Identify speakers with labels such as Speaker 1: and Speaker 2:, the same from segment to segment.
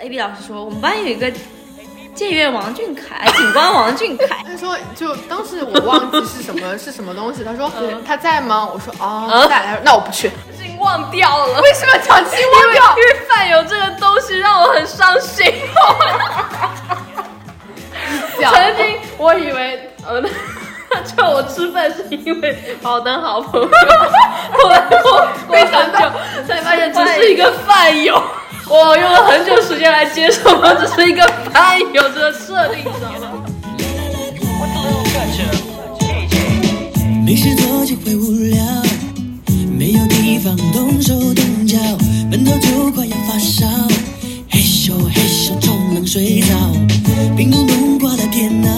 Speaker 1: A B 老师说，我们班有一个建院王俊凯，
Speaker 2: 哎
Speaker 1: 警官王俊凯，
Speaker 3: 他说就当时我忘记是什么是什么东西，他说
Speaker 1: 嗯
Speaker 3: 他在吗？我说哦在，他说那我不去，
Speaker 2: 已经忘掉了。
Speaker 3: 为什么强行 忘掉？
Speaker 2: 因为饭友这个东西让我很伤心。曾经我以为，呃，就我吃饭是因为把我当好朋友，后来我我很久才发现只是一个饭友。我用了很久时间来接受，我只是一个饭友这个设定，你知道吗？
Speaker 4: 没事做就会无聊，没有地方动手动脚，闷头就快要发烧，嘿咻嘿咻冲冷水澡，冰咚咚挂在电脑，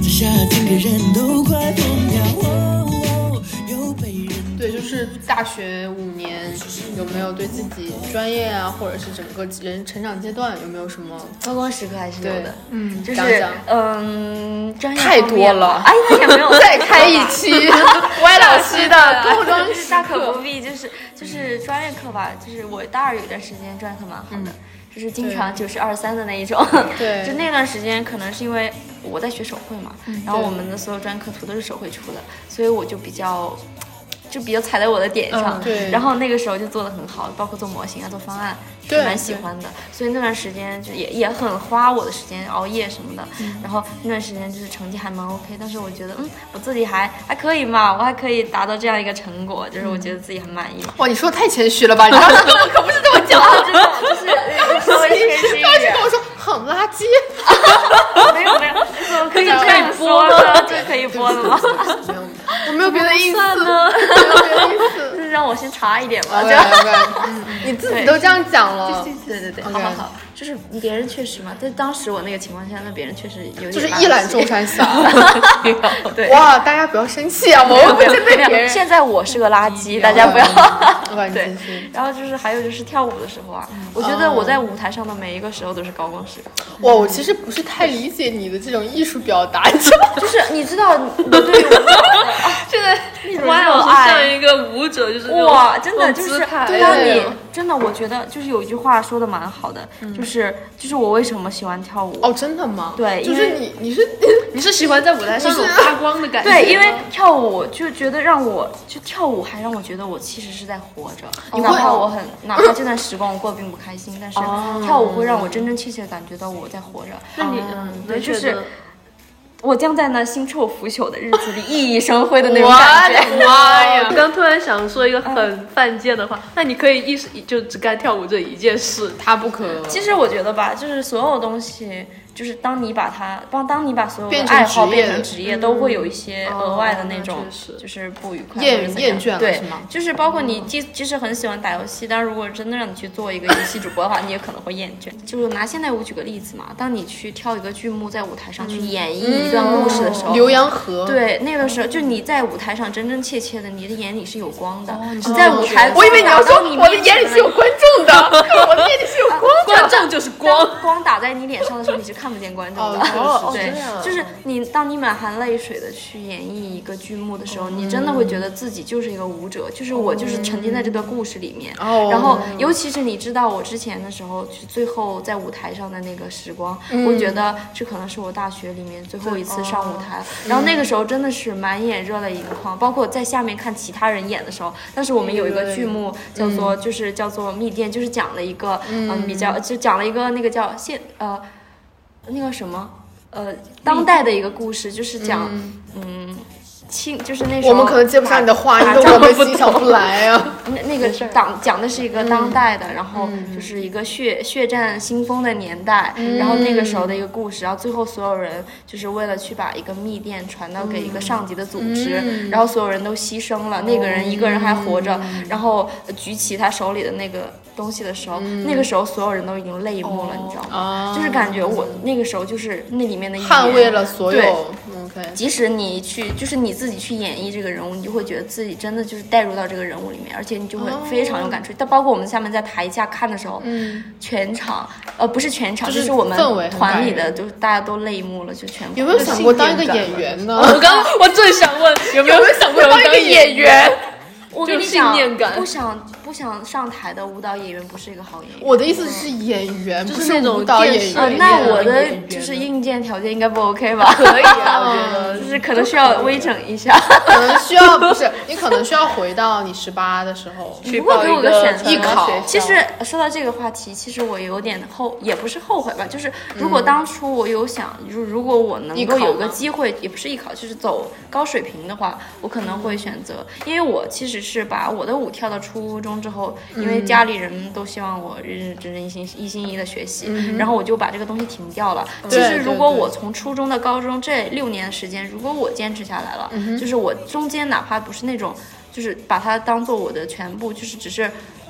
Speaker 4: 这下整个人都快疯掉。哦哦又被人
Speaker 3: 对，就是大学五年有没有对自己专业啊，或者是整个人成长阶段有没有什 么
Speaker 1: 高光时刻还是有
Speaker 3: 对
Speaker 1: 的。，
Speaker 3: 嗯，
Speaker 1: 就
Speaker 3: 讲
Speaker 1: 是
Speaker 3: 讲
Speaker 1: 嗯，专业
Speaker 3: 太
Speaker 1: 方面
Speaker 3: 多了
Speaker 1: 吧哎，那也没 有
Speaker 3: 再开一 期 歪老师的高中时
Speaker 1: 大可
Speaker 3: 刻
Speaker 1: 不，必，就是就是专业课吧，就是我大二有一段时间专业课蛮好的，就是经常九十二三的那一种，
Speaker 3: 嗯 对嗯
Speaker 1: 就那段时间可能是因为我在学手绘嘛，然后
Speaker 3: 对
Speaker 1: 我们的所有专业课图都是手绘出的，所以我就比较。就比较踩在我的点上，
Speaker 3: 嗯对
Speaker 1: 然后哦那个时候就做的很好，包括做模型啊、做方案，是
Speaker 3: 对
Speaker 1: 蛮喜欢的。所以那段时间就也也很花我的时间，熬夜什么的。然后那段时间就是成绩还蛮 OK，但是我觉得，嗯，我自己还还可以嘛，我还可以达到这样一个成果，就是我觉得自己很满 意。
Speaker 3: 哇，你说的太谦虚了吧？你当 时跟我可不是这么讲
Speaker 1: 骄傲这种哦就是 呃稍微谦虚一
Speaker 3: 当时
Speaker 1: 点
Speaker 3: 跟，我说很垃圾，
Speaker 1: 没有没有，就是我可以
Speaker 3: 这
Speaker 1: 这
Speaker 3: 可以
Speaker 1: 样
Speaker 3: 播
Speaker 1: 说 的，这可以播的吗？
Speaker 3: 没有，我 没有别的意思，
Speaker 1: 算
Speaker 3: 没
Speaker 1: 呢，
Speaker 3: 有别的意思
Speaker 1: 就。是让我先查一点吧，
Speaker 3: OK
Speaker 1: 这样。
Speaker 3: OK，你 自己都这样讲了，
Speaker 1: 哦对对对，
Speaker 3: OK
Speaker 1: 好好好，就是别人确实嘛，在当时我那个情况下，那别人确实有点
Speaker 3: 就是
Speaker 1: 垃
Speaker 3: 一览
Speaker 1: 圾
Speaker 3: 众山小。
Speaker 1: 对，
Speaker 3: 哇，大家不要生气啊，我们不针对别人。
Speaker 1: 现在我是个垃圾，大家不要。
Speaker 3: 我 感觉
Speaker 1: 对
Speaker 3: 真是，
Speaker 1: 然后就是还有就是跳舞的时候啊，我觉得我在舞台上的每一个时候都是高光时刻。
Speaker 3: 哇，我其实不是太理解你的这种艺术表达，你知道吗？
Speaker 1: 哦就是你知道，我对
Speaker 2: 现在
Speaker 1: 我有
Speaker 2: 我像
Speaker 1: 哦爱。
Speaker 2: 一个舞者，就是那种
Speaker 1: 哇，真的就
Speaker 2: 那种
Speaker 1: 是，
Speaker 2: 姿态
Speaker 1: 当
Speaker 3: 对
Speaker 1: 你真的，我觉得就是有一句话说的蛮好的，就是就是我为什么喜欢跳舞？
Speaker 3: 哦，真的吗？
Speaker 1: 对
Speaker 3: 就
Speaker 1: 因
Speaker 3: 是
Speaker 1: 为
Speaker 3: 你， 你是
Speaker 2: 你是喜欢在舞台上有发光的感觉吗，
Speaker 1: 对，因为跳舞就觉得让我就跳舞，还让我觉得我其实是在活着，
Speaker 3: 你
Speaker 1: 哪
Speaker 3: 哦会哦
Speaker 1: 怕我很哪怕这段时光我过得并不开心，但是跳舞会让我真真切切地感觉到我在活着。
Speaker 2: 那你
Speaker 1: 嗯
Speaker 2: 能
Speaker 1: 对就
Speaker 2: 觉
Speaker 1: 是
Speaker 2: 得
Speaker 1: 我将在那腥臭腐朽的日子里熠熠生辉的那种
Speaker 3: 哇
Speaker 1: 感觉。
Speaker 3: 妈
Speaker 2: 我
Speaker 3: 呀！
Speaker 2: 刚突然想说一个很犯贱的话，那你可以一时就只干跳舞这一件事。
Speaker 3: 他不可，
Speaker 1: 其实我觉得吧，就是所有东西，就是当你把它，当当你把所有的
Speaker 3: 变成
Speaker 1: 爱好
Speaker 3: 职业嗯
Speaker 1: 变
Speaker 3: 的
Speaker 1: 成职业，都会有一些额外的那种
Speaker 2: 那确，实
Speaker 1: 就是不愉快
Speaker 3: 厌
Speaker 1: 或者怎样
Speaker 3: 厌倦了
Speaker 1: 对
Speaker 3: 是吗，嗯
Speaker 1: 就是包括你即即使很喜欢打游戏，但如果真的让你去做一个游戏主播的话，你也可能会厌倦。就是拿现代舞举个例子嘛，当你去跳一个剧目，在舞台上去演绎一段故事的时候，
Speaker 3: 浏阳嗯河，，
Speaker 1: 对，那个时候就你在舞台上真真切切的，你的眼里是有光
Speaker 3: 哦
Speaker 1: 的。你在舞台，
Speaker 3: 我以为你要说
Speaker 1: 你
Speaker 3: 我的眼里是有观 众的，我的眼里是有光的。
Speaker 2: 观众就是光，
Speaker 1: 光光打在你脸上的时候，你是看不见观众的。
Speaker 3: 哦
Speaker 1: 对
Speaker 3: 哦这样，
Speaker 1: 就是你当你满含泪水的去演绎一个剧目的时候，你真的会觉得自己就是一个舞者，就是我就是沉浸在这段故事里面。
Speaker 3: 哦
Speaker 1: 然后，尤其是你知道我之前的时候，就最后在舞台上的那个时光，
Speaker 3: 嗯
Speaker 1: 我觉得这可能是我大学里面最后一次上舞台。
Speaker 3: 嗯
Speaker 1: 然后那个时候真的是满眼热泪盈眶，包括在下面看其他人演的时候，当时我们有一个剧目叫做
Speaker 3: 嗯
Speaker 1: 就是叫做《密电》，就是讲了一个嗯比较就讲了一个那个叫现呃。那个什么，呃，当代的一个故事，就是讲，嗯，清，就是那时候
Speaker 3: 我们可能接不上你的 话，因为我们欣赏不来啊。
Speaker 1: 那那个党讲的是一
Speaker 3: 嗯
Speaker 1: 个当代的，然后就是一个血血战新风的年代，
Speaker 3: 嗯
Speaker 1: 然后那个时候的一个故事，然后最后所有人就是为了去把一个密电传到给一个
Speaker 3: 嗯
Speaker 1: 上级的组织，然后所有人都牺牲了，那个人一个人还活着，
Speaker 3: 嗯
Speaker 1: 然后举起他手里的那个。东西的时候，
Speaker 3: 嗯
Speaker 1: 那个时候所有人都已经泪目了，你知道吗？就是感觉我那个时候就是那里面的语言
Speaker 3: 哦捍卫了所
Speaker 1: 对
Speaker 3: 有，OK，
Speaker 1: 即使你去，就是你自己去演绎这个人物，你就会觉得自己真的就是带入到这个人物里面，而且你就会
Speaker 3: 哦
Speaker 1: 非常有感触。但包括我们下面在台下看的时候，嗯，全场，呃，不是全场，
Speaker 3: 就
Speaker 1: 就是是我们
Speaker 3: 氛围很
Speaker 1: 团里
Speaker 3: 感
Speaker 1: 的，就是大家都泪目了，就全部
Speaker 3: 有没有想过当一个演员呢？
Speaker 2: 我刚我正想问有没有
Speaker 3: 有没有想过当一个演员？
Speaker 1: 我
Speaker 2: 就
Speaker 1: 跟你
Speaker 2: 信
Speaker 1: 讲
Speaker 2: 念，感
Speaker 1: 不想不想上台的舞蹈演员不是一个好演员。
Speaker 3: 我的意思是演员，
Speaker 2: 就
Speaker 3: 不
Speaker 2: 是那种
Speaker 3: 舞蹈
Speaker 2: 电视
Speaker 3: 演
Speaker 1: 呃，
Speaker 3: 员。
Speaker 1: 那我
Speaker 2: 演
Speaker 1: 的
Speaker 2: 员
Speaker 1: 就是硬件条件应该不 OK 吧？
Speaker 2: 可以啊，我觉得
Speaker 1: 就是可能需要微整一下。
Speaker 3: 哦可能需要不是 你，可能需要回到你十艺的时候。
Speaker 2: 去
Speaker 1: 不过
Speaker 2: 报
Speaker 1: 给
Speaker 2: 一
Speaker 1: 我个
Speaker 2: 个
Speaker 1: 选择
Speaker 3: 艺考
Speaker 1: 其实说到这个话题，其实我有点后，也不是后悔吧，就是如果当初我有想，如、如果我能
Speaker 3: 艺
Speaker 1: 够
Speaker 3: 考
Speaker 1: 有个
Speaker 3: 吗
Speaker 1: 机会，也不是艺考，就是走高水平的话，我可能会选择，因为我其实是把我的舞跳到初中之后，因为家里人都希望我认认真真、一心一心一意的学习，然后我就把这个东西停掉了。其
Speaker 3: 对
Speaker 1: 实如
Speaker 3: 对
Speaker 1: 果
Speaker 3: 对
Speaker 1: 我从初中到高中这六年的时间，如果我坚持下来了，
Speaker 3: 嗯
Speaker 1: 就是我中间哪怕不是那种，就是把它当做我的全部，就是只是。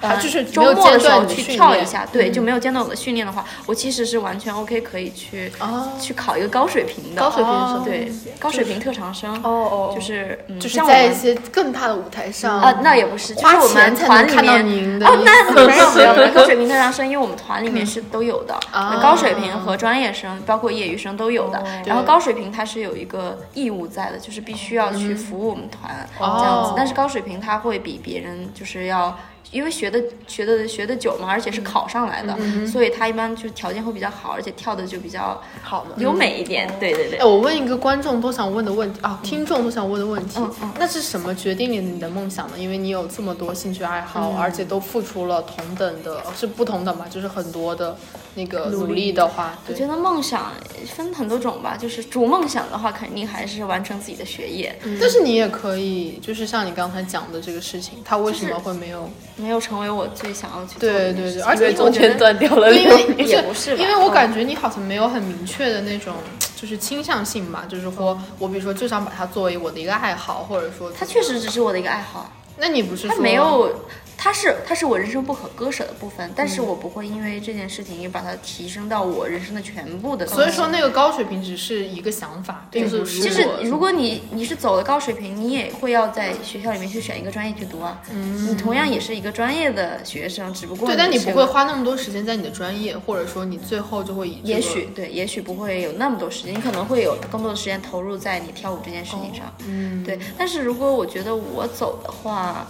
Speaker 3: 啊
Speaker 1: 呃
Speaker 3: 就是没
Speaker 1: 周
Speaker 3: 有
Speaker 1: 末的
Speaker 3: 间
Speaker 1: 时
Speaker 3: 断
Speaker 1: 候
Speaker 3: 你的
Speaker 1: 去
Speaker 3: 训
Speaker 1: 跳一
Speaker 3: 练嗯
Speaker 1: 下，对，就没有间断我的训练的话，我其实是完全 OK 可以去
Speaker 3: 哦
Speaker 1: 去考一个高水平的，
Speaker 3: 高水平的时候
Speaker 1: 对高水平特长生，
Speaker 3: 哦
Speaker 1: 就是嗯，
Speaker 3: 就是
Speaker 1: 像我
Speaker 3: 在
Speaker 1: 们
Speaker 3: 一些更大的舞台上
Speaker 1: 啊，那也不是，就是
Speaker 3: 花
Speaker 1: 我
Speaker 3: 钱
Speaker 1: 们
Speaker 3: 才
Speaker 1: 团
Speaker 3: 能
Speaker 1: 里
Speaker 3: 看到
Speaker 1: 面
Speaker 3: 您的
Speaker 1: 哦，那
Speaker 3: 意思
Speaker 1: 没有没有没有高水平特长生，因为我们团里
Speaker 3: 嗯
Speaker 1: 面是都有的，
Speaker 3: 啊
Speaker 1: 高水平和专业生包括业余生都有的。然后
Speaker 3: 哦对嗯
Speaker 1: 高水平它是有一个义务在的，就是必须要去服务我们团
Speaker 3: 哦
Speaker 1: 这样子，但是高水平它会比别人就是要。因为学的学的学的久嘛，而且是考上来
Speaker 3: 嗯
Speaker 1: 的，所以他一般就条件会比较好，而且跳的就比较
Speaker 3: 好嗯嘛。
Speaker 1: 优美一点。对对对
Speaker 3: 哎，，我问一个观众都想问的问题啊，
Speaker 1: 嗯
Speaker 3: 听众都想问的问题，那是什么决定了你的梦想呢？因为你有这么多兴趣爱好，
Speaker 1: 嗯
Speaker 3: 而且都付出了同等的，是不同等吧？就是很多的那个努力的话，
Speaker 1: 我
Speaker 3: 对，
Speaker 1: 觉得梦想分很多种吧，就是主梦想的话，肯定还是完成自己的学业，
Speaker 3: 但是你也可以，就是像你刚才讲的这个事情，他为什么会没有？
Speaker 1: 没有成为我最想要去做的
Speaker 3: 对
Speaker 1: 那
Speaker 3: 对
Speaker 1: 件事
Speaker 3: 对，
Speaker 1: 情
Speaker 3: 而且我
Speaker 2: 中
Speaker 3: 觉
Speaker 2: 间
Speaker 3: 得，
Speaker 2: 断掉了
Speaker 3: 因
Speaker 2: 六
Speaker 3: 为
Speaker 1: 也不是吧嗯
Speaker 3: 因为我感觉你好像没有很明确的那种就是倾向性吧，就是说我比如说就想把它作为我的一个爱好，或者说
Speaker 1: 它确实只是我的一个爱好，
Speaker 3: 那你不是
Speaker 1: 它
Speaker 3: 说
Speaker 1: 没有，它是它是我人生不可割舍的部分，但是我不会因为这件事情也把它提升到我人生的全部的东西。
Speaker 3: 所以说那个高水平只是一个想法，并不是
Speaker 1: 就
Speaker 3: 如
Speaker 1: 嗯是
Speaker 3: 果
Speaker 1: 如果你你是走了高水平，你也会要在学校里面去选一个专业去读啊，你同样也是一个专业的学生，只不过
Speaker 3: 嗯对，但你
Speaker 1: 是
Speaker 3: 不会花那么多时间在你的专业，或者说你最后就会以这个
Speaker 1: 也许对，也许不会有那么多时间，你可能会有更多的时间投入在你跳舞这件事
Speaker 3: 哦
Speaker 1: 情上。嗯，对。但是如果我觉得我走的话，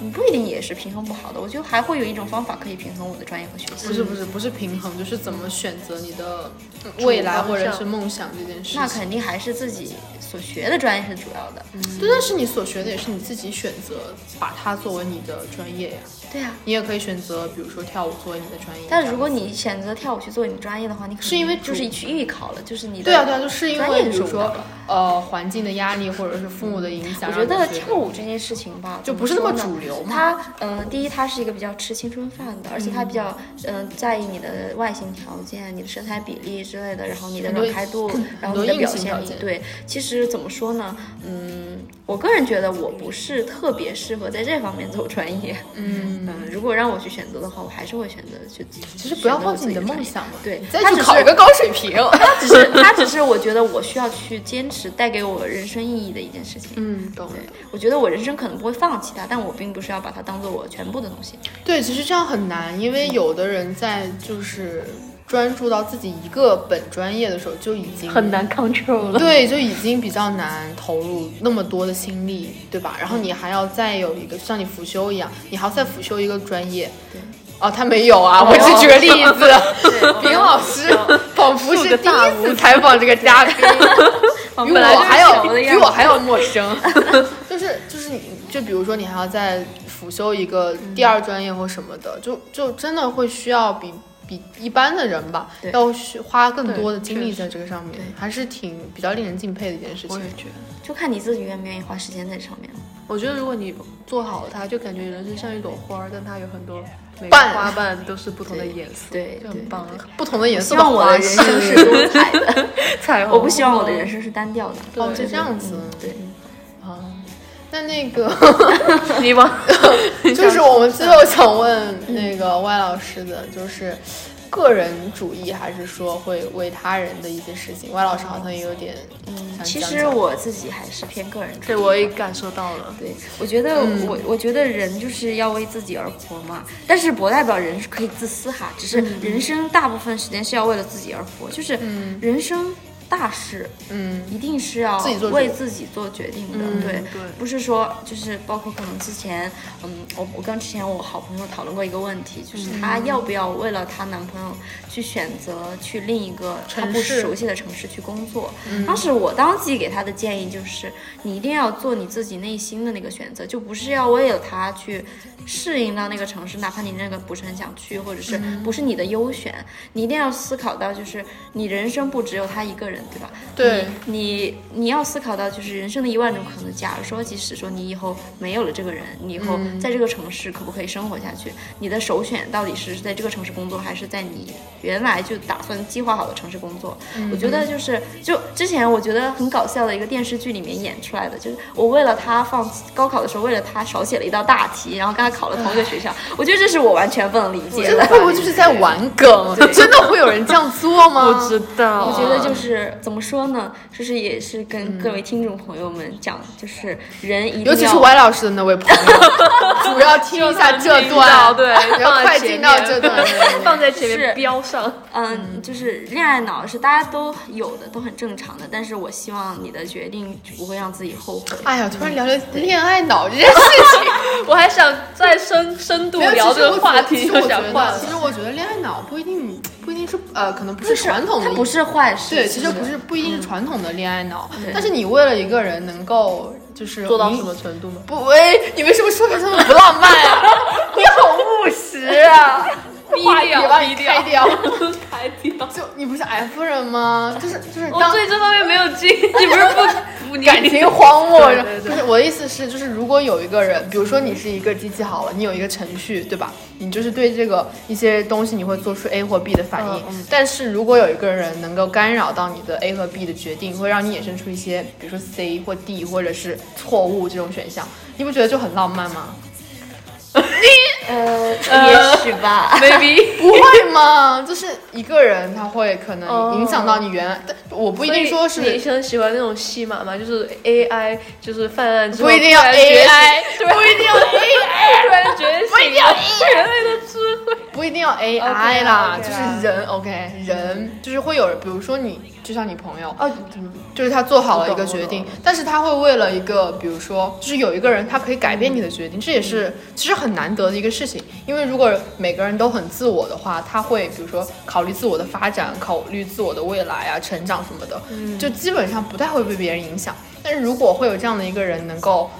Speaker 1: 嗯，不一定也是平衡不好的，我觉得还会有一种方法可以平衡我的专业和学习。
Speaker 3: 不是不是不是平衡，就是怎么选择你的
Speaker 1: 嗯
Speaker 3: 未来
Speaker 2: 方
Speaker 3: 或者
Speaker 2: 向
Speaker 3: 是梦想这件事情。
Speaker 1: 那肯定还是自己所学的专业是主要的。
Speaker 3: 对，但是你所学的也是你自己选择把它作为你的专业呀。
Speaker 1: 对啊。
Speaker 3: 你也可以选择，比如说跳舞作为你的专业。
Speaker 1: 但如果你选择跳舞去做你专业的话，你可能
Speaker 3: 是因为
Speaker 1: 就
Speaker 3: 主
Speaker 1: 是去艺考了，就是你的
Speaker 3: 对啊对啊，就是因
Speaker 1: 专
Speaker 3: 为
Speaker 1: 业
Speaker 3: 比
Speaker 1: 是
Speaker 3: 如
Speaker 1: 主要
Speaker 3: 说
Speaker 1: 的。
Speaker 3: 呃环境的压力或者是父母的影响，
Speaker 1: 我觉
Speaker 3: 让
Speaker 1: 得
Speaker 3: 你
Speaker 1: 跳舞这件事情吧，
Speaker 3: 啊就
Speaker 1: 怎
Speaker 3: 不是那么
Speaker 1: 说呢
Speaker 3: 主流嘛
Speaker 1: 它，嗯、第一，它是一个比较吃青春饭的，而且它比较，嗯、在意你的外形条件、你的身材比例之类的，然后你的
Speaker 3: 很多
Speaker 1: 软开度，然后
Speaker 3: 多
Speaker 1: 你的
Speaker 3: 硬
Speaker 1: 表
Speaker 3: 性条
Speaker 1: 现力
Speaker 3: 件。
Speaker 1: 对，其实怎么说呢，嗯，我个人觉得我不是特别适合在这方面走专业。嗯如果让我去选择的话，我还是会选择去。
Speaker 3: 其实不要忘记你的梦想嘛，
Speaker 1: 对
Speaker 3: 你再
Speaker 1: 它
Speaker 3: 去
Speaker 1: 只
Speaker 3: 考
Speaker 1: 是
Speaker 3: 一个高水平。
Speaker 1: 它只是它只是我觉得我需要去坚持带给我人生意义的一件事情。
Speaker 3: 嗯，懂
Speaker 1: 对，我觉得我人生可能不会放弃它，但我并不是要把它当做我全部的东西。
Speaker 3: 对，其实这样很难，因为有的人在就是专注到自己一个本专业的时候，就已经
Speaker 2: 很。难 control 了。
Speaker 3: 对，就已经比较难投入那么多的心力，对吧？然后你还要再有一个，像你辅修一样，你还要再辅修一个专业。
Speaker 1: 对。
Speaker 3: 哦，他没有啊，我只举 个例子。平老师仿佛是第一次采访这个嘉 宾，比
Speaker 1: 本来
Speaker 3: 我
Speaker 1: 就是
Speaker 3: 还
Speaker 1: 小
Speaker 3: 要
Speaker 1: 的
Speaker 3: 比
Speaker 1: 样
Speaker 3: 我
Speaker 1: 子
Speaker 3: 还要陌生。就是就是你，就比如说你还要再辅修一个第二专业或什么的，就就真的会需要比比一般的人吧，
Speaker 1: 对
Speaker 3: 要需花更多的
Speaker 2: 对
Speaker 3: 精力
Speaker 2: 确实
Speaker 3: 在这个上面，还是挺比较令人敬佩的一件事情。
Speaker 2: 觉得，
Speaker 1: 就看你自己愿不愿意花时间在这上面了。
Speaker 2: 我觉得如果你做好它，就感觉人生像一朵花儿，但它有很多每个
Speaker 3: 瓣
Speaker 2: 花瓣都是不同的颜色，
Speaker 1: 对
Speaker 2: 就
Speaker 1: 对
Speaker 2: 很棒啊。
Speaker 3: 不同的颜色
Speaker 1: 希望我
Speaker 3: 花
Speaker 1: 的人生是多彩 的，
Speaker 2: 彩虹，
Speaker 1: 我不希望我的人生是单调的。
Speaker 3: 哦，就这样子
Speaker 1: 对，
Speaker 3: 啊。那 那个
Speaker 2: 你往
Speaker 3: 就是我们最后想
Speaker 1: 嗯
Speaker 3: 问那个歪老师的，就是个人主义，还是说会为他人的一些事情？歪老师好像也有点，想
Speaker 1: 嗯其
Speaker 3: 讲
Speaker 1: 实
Speaker 3: 讲
Speaker 1: 我自己还是偏个人主义。
Speaker 2: 对我也嗯感受到了。
Speaker 1: 对，我觉得我、我觉得人就是要为自己而活嘛，但是不代表人是可
Speaker 2: 嗯
Speaker 1: 以自私哈，只是人生大部分时间是要为了自己而活，就是人生。大事，
Speaker 3: 嗯，
Speaker 1: 一定是要
Speaker 3: 自己做主
Speaker 1: 为自己做决定的，
Speaker 3: 嗯
Speaker 1: 对，
Speaker 3: 对
Speaker 1: 不是说就是包括可能之前，嗯，我我跟之前我好朋友讨论过一个问题，就是
Speaker 3: 嗯
Speaker 1: 她要不要为了她男朋友去选择去另一个她不
Speaker 3: 城市嗯
Speaker 1: 熟悉的城市去工作。当时我当即给她的建议就是，你一定要做你自己内心的那个选择，就不是要为了他去适应到那个城市，哪怕你那个不是很想去，或者是
Speaker 3: 嗯
Speaker 1: 不是你的优选，你一定要思考到，就是你人生不只有他一个人，对吧？
Speaker 3: 对
Speaker 1: 你你要思考到，就是人生的一万种可能。假如说，即使说你以后没有了这个人，你以后在这个城市可不可以生活下去？你的首选到底是在这个城市工作，还是在你原来就打算计划好的城市工作？我觉得就是，就之前我觉得很搞笑的一个电视剧里面演出来的，就是我为了他放弃高考的时候，为了他少写了一道大题，然后跟他考了同一个学校。我觉得这是我完全不能理解
Speaker 3: 这
Speaker 1: 的。
Speaker 3: 会不会就是在玩梗？真的会有人这样做吗？
Speaker 2: 不知道，
Speaker 1: 我觉
Speaker 3: 啊
Speaker 1: 得就是怎么说呢，就是也是跟各位听众朋友们讲，就是人一定要，
Speaker 3: 嗯尤其是歪老师的那位朋 友，主要听一下这段，
Speaker 2: 对，
Speaker 3: 然后
Speaker 2: 放
Speaker 3: 快
Speaker 2: 在前
Speaker 3: 进
Speaker 2: 面
Speaker 3: 到这段。
Speaker 2: 放在前
Speaker 1: 是
Speaker 2: 面标上。
Speaker 1: 嗯，就是恋爱脑是大家都有的，都很正常的。但是我希望你的决定不会让自己后悔。
Speaker 3: 哎呀，突然聊了恋爱脑这件事情，
Speaker 2: 我还想再深深度
Speaker 3: 没有
Speaker 2: 聊这个话
Speaker 3: 其
Speaker 2: 题，
Speaker 3: 实我
Speaker 2: 就
Speaker 3: 觉
Speaker 2: 想
Speaker 3: 得
Speaker 2: 换了
Speaker 3: 其。实我觉得恋爱脑不一定不一定是呃，可能不
Speaker 1: 就是
Speaker 3: 传统的
Speaker 1: 它，不是坏事，
Speaker 3: 对，其实
Speaker 1: 不
Speaker 3: 不是嗯不一定是传统的恋爱脑
Speaker 1: 对，
Speaker 3: 但是你为了一个人能够就是
Speaker 2: 做到
Speaker 3: 你
Speaker 2: 什么程度吗？
Speaker 3: 不，喂，你为什么说的这么不浪漫 啊？你好务实啊！
Speaker 2: 低
Speaker 3: 话题
Speaker 2: 调，
Speaker 3: 把
Speaker 2: 低
Speaker 3: 你开
Speaker 2: 调
Speaker 3: 掉，
Speaker 2: 开掉。
Speaker 3: 就你不是 F 人吗？就是就是
Speaker 2: 我
Speaker 3: 当
Speaker 2: 哦对这方面没有 经验，你不是不不你
Speaker 3: 感情荒漠，
Speaker 2: 对对对
Speaker 3: 就是我的意思是，就是如果有一个人，比如说你是一个机器好了，你有一个程序，对吧？你就是对这个一些东西你会做出 A 或 B 的反
Speaker 2: 嗯
Speaker 3: 应，但是如果有一个人能够干扰到你的 A 和 B 的决定，会让你衍生出一些，比如说 C 或 D 或者是错误这种选项，你不觉得就很浪漫吗？
Speaker 1: 呃，也许 吧。
Speaker 2: maybe
Speaker 3: 不会吗？就是一个人他会可能影响到你原来，但我 不一定说
Speaker 2: 哦所以你
Speaker 3: 是。
Speaker 2: 很喜欢那种戏码嘛，就是 AI，就是犯案之后
Speaker 3: 不一定要
Speaker 2: 突然觉醒
Speaker 3: AI，
Speaker 2: 突然
Speaker 3: 不一定要 AI
Speaker 2: 突然觉醒，
Speaker 3: 不一定要
Speaker 2: 人类的智慧。
Speaker 3: 不一定要 AI 啦
Speaker 2: OK，OK 啦
Speaker 3: 就是人 OK，人就是会有人，比如说你就像你朋友，
Speaker 2: 嗯哦，
Speaker 3: 就是他做好了一个决
Speaker 2: 我
Speaker 3: 定
Speaker 2: 懂，
Speaker 3: 但是他会为了一个，比如说就是有一个人他可以改变你的决定，这也是
Speaker 2: 嗯
Speaker 3: 其实很难得的一个事情，因为如果每个人都很自我的话，他会比如说考虑自我的发展，考虑自我的未来啊、成长什么的，
Speaker 2: 嗯
Speaker 3: 就基本上不太会被别人影响。但是如果会有这样的一个人能够，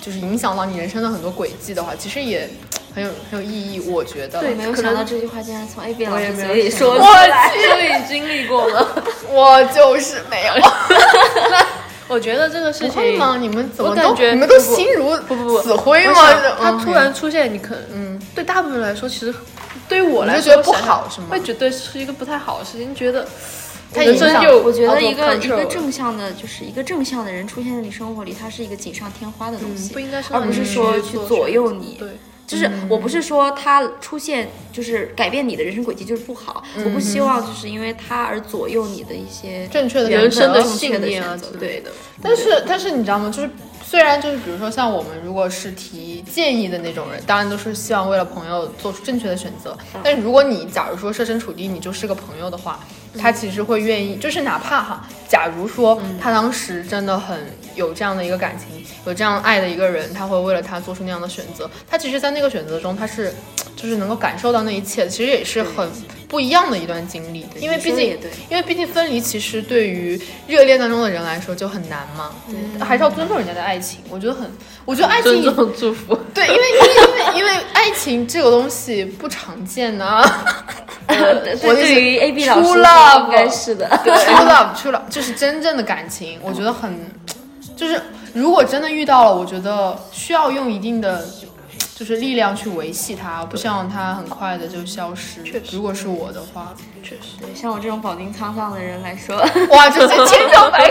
Speaker 3: 就是影响到你人生的很多轨迹的话，其实也很有很有意义，我觉得。
Speaker 1: 没有想到这句话竟然从 A B 老
Speaker 3: 也
Speaker 1: 师
Speaker 3: 没有
Speaker 1: 嘴里
Speaker 3: 想
Speaker 1: 说
Speaker 3: 到
Speaker 1: 出
Speaker 2: 我
Speaker 1: 来。
Speaker 2: 去，这里经历过吗？
Speaker 3: 我就是没有。
Speaker 2: 哎我觉得这个事
Speaker 3: 不
Speaker 2: 情
Speaker 3: 会吗？你们怎么
Speaker 2: 我
Speaker 3: 都
Speaker 2: 感觉
Speaker 3: 你们都
Speaker 2: 不不
Speaker 3: 心如
Speaker 2: 不不不
Speaker 3: 死灰
Speaker 2: 我
Speaker 3: 吗
Speaker 2: 想？
Speaker 3: 这
Speaker 2: 它
Speaker 3: 嗯
Speaker 2: 突然出现，你可能
Speaker 3: 嗯
Speaker 2: 对大部分人来说，其实对于我
Speaker 3: 你
Speaker 2: 来
Speaker 3: 就
Speaker 2: 说
Speaker 3: 觉得不
Speaker 2: 想想
Speaker 3: 好是吗
Speaker 2: 会觉得是一个不太好的事情，觉得
Speaker 3: 它
Speaker 2: 人
Speaker 3: 影响
Speaker 2: 生又
Speaker 1: 我觉得一
Speaker 2: out
Speaker 1: 个
Speaker 2: of
Speaker 1: 一个
Speaker 2: control
Speaker 1: 正向的，就是一个正向的人出现在你生活里，它是一个锦上添花的东
Speaker 3: 嗯
Speaker 1: 西，
Speaker 2: 不应该是
Speaker 1: 而不是说去左右你。
Speaker 2: 对。
Speaker 1: 就是我不是说他出现就是改变你的人生轨迹就是不好，我不希望就是因为他而左右你的一些
Speaker 3: 正确的哦
Speaker 2: 人生的
Speaker 1: 正确
Speaker 2: 信念啊
Speaker 1: 选择
Speaker 2: 之类
Speaker 1: 对
Speaker 2: 的。
Speaker 3: 但是但是你知道吗？就是虽然就是比如说像我们如果是提建议的那种人，当然都是希望为了朋友做出正确的选择。
Speaker 1: 嗯
Speaker 3: 但是如果你假如说设身处地，你就是个朋友的话，
Speaker 1: 嗯
Speaker 3: 他其实会愿意，就是哪怕哈，假如说他当时真的很有这样的一个感情，有这样爱的一个人，他会为了他做出那样的选择。他其实，在那个选择中，他是就是能够感受到那一切，其实也是很不一样的一段经历，因为毕
Speaker 1: 你说的
Speaker 3: 竟
Speaker 1: 也对
Speaker 3: 因为毕竟分离其实对于热恋当中的人来说就很难嘛，还是要尊重人家的爱情。我觉得很，我觉得爱情
Speaker 2: 尊重祝福，
Speaker 3: 对，因为因为因为爱情这个东西不常见呐、
Speaker 1: 呃对，
Speaker 3: 我的意思
Speaker 1: 对于 A B 老师
Speaker 3: true
Speaker 1: 说
Speaker 3: love
Speaker 1: 应该 是的。
Speaker 3: true love true love 就是真正的感情，我觉得很，就是如果真的遇到了，我觉得需要用一定的。就是力量去维系它，不希望它很快的就消失。如果是我的话，
Speaker 2: 确实。
Speaker 1: 对，像我这种饱经沧桑的人来说，
Speaker 3: 哇，这 是千疮百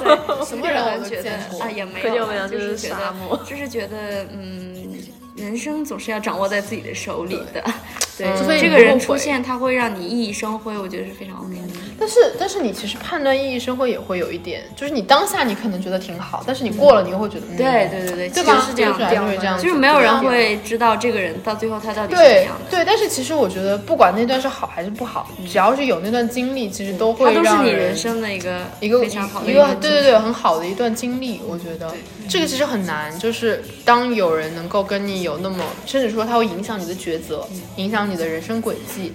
Speaker 3: 孔，什么人我
Speaker 1: 我
Speaker 3: 都
Speaker 1: 觉得
Speaker 3: 见过
Speaker 1: 啊。也没
Speaker 2: 可见
Speaker 1: 有
Speaker 2: 我们
Speaker 1: 啦，
Speaker 2: 俩
Speaker 1: 就
Speaker 2: 真
Speaker 1: 是
Speaker 2: 是
Speaker 1: 觉
Speaker 2: 沙
Speaker 1: 得
Speaker 2: 漠，
Speaker 1: 就是觉得嗯，人生总是要掌握在自己的手里的。对，
Speaker 3: 除非你
Speaker 1: 这个
Speaker 3: 不
Speaker 1: 人
Speaker 3: 后
Speaker 1: 出
Speaker 3: 悔
Speaker 1: 现，他会让你熠熠生辉，我觉得是非常 OK 的。
Speaker 3: 但是，但是你其实判断意义生活也会有一点，就是你当下你可能觉得挺好，但是你过了，你又会觉得，嗯、
Speaker 1: 对对对对，其
Speaker 3: 对
Speaker 1: 实
Speaker 3: 吧？
Speaker 1: 是这样
Speaker 3: 就
Speaker 1: 的，
Speaker 3: 会这样子，
Speaker 1: 就是没有人会知道这个人到最后他到底是怎
Speaker 3: 对
Speaker 1: 样的，
Speaker 3: 对。但是其实我觉得，不管那段是好还是不好，只要是有那段经历，其实都
Speaker 1: 他
Speaker 3: 会
Speaker 1: 都是
Speaker 3: 让
Speaker 1: 你人生的一个
Speaker 3: 一个
Speaker 1: 非常好的
Speaker 3: 一
Speaker 1: 个
Speaker 3: 个对对对很好的一段经历，我觉得这个其实很难，就是当有人能够跟你有那么，甚至说他会影响你的抉择，
Speaker 1: 嗯
Speaker 3: 影响你的人生轨迹，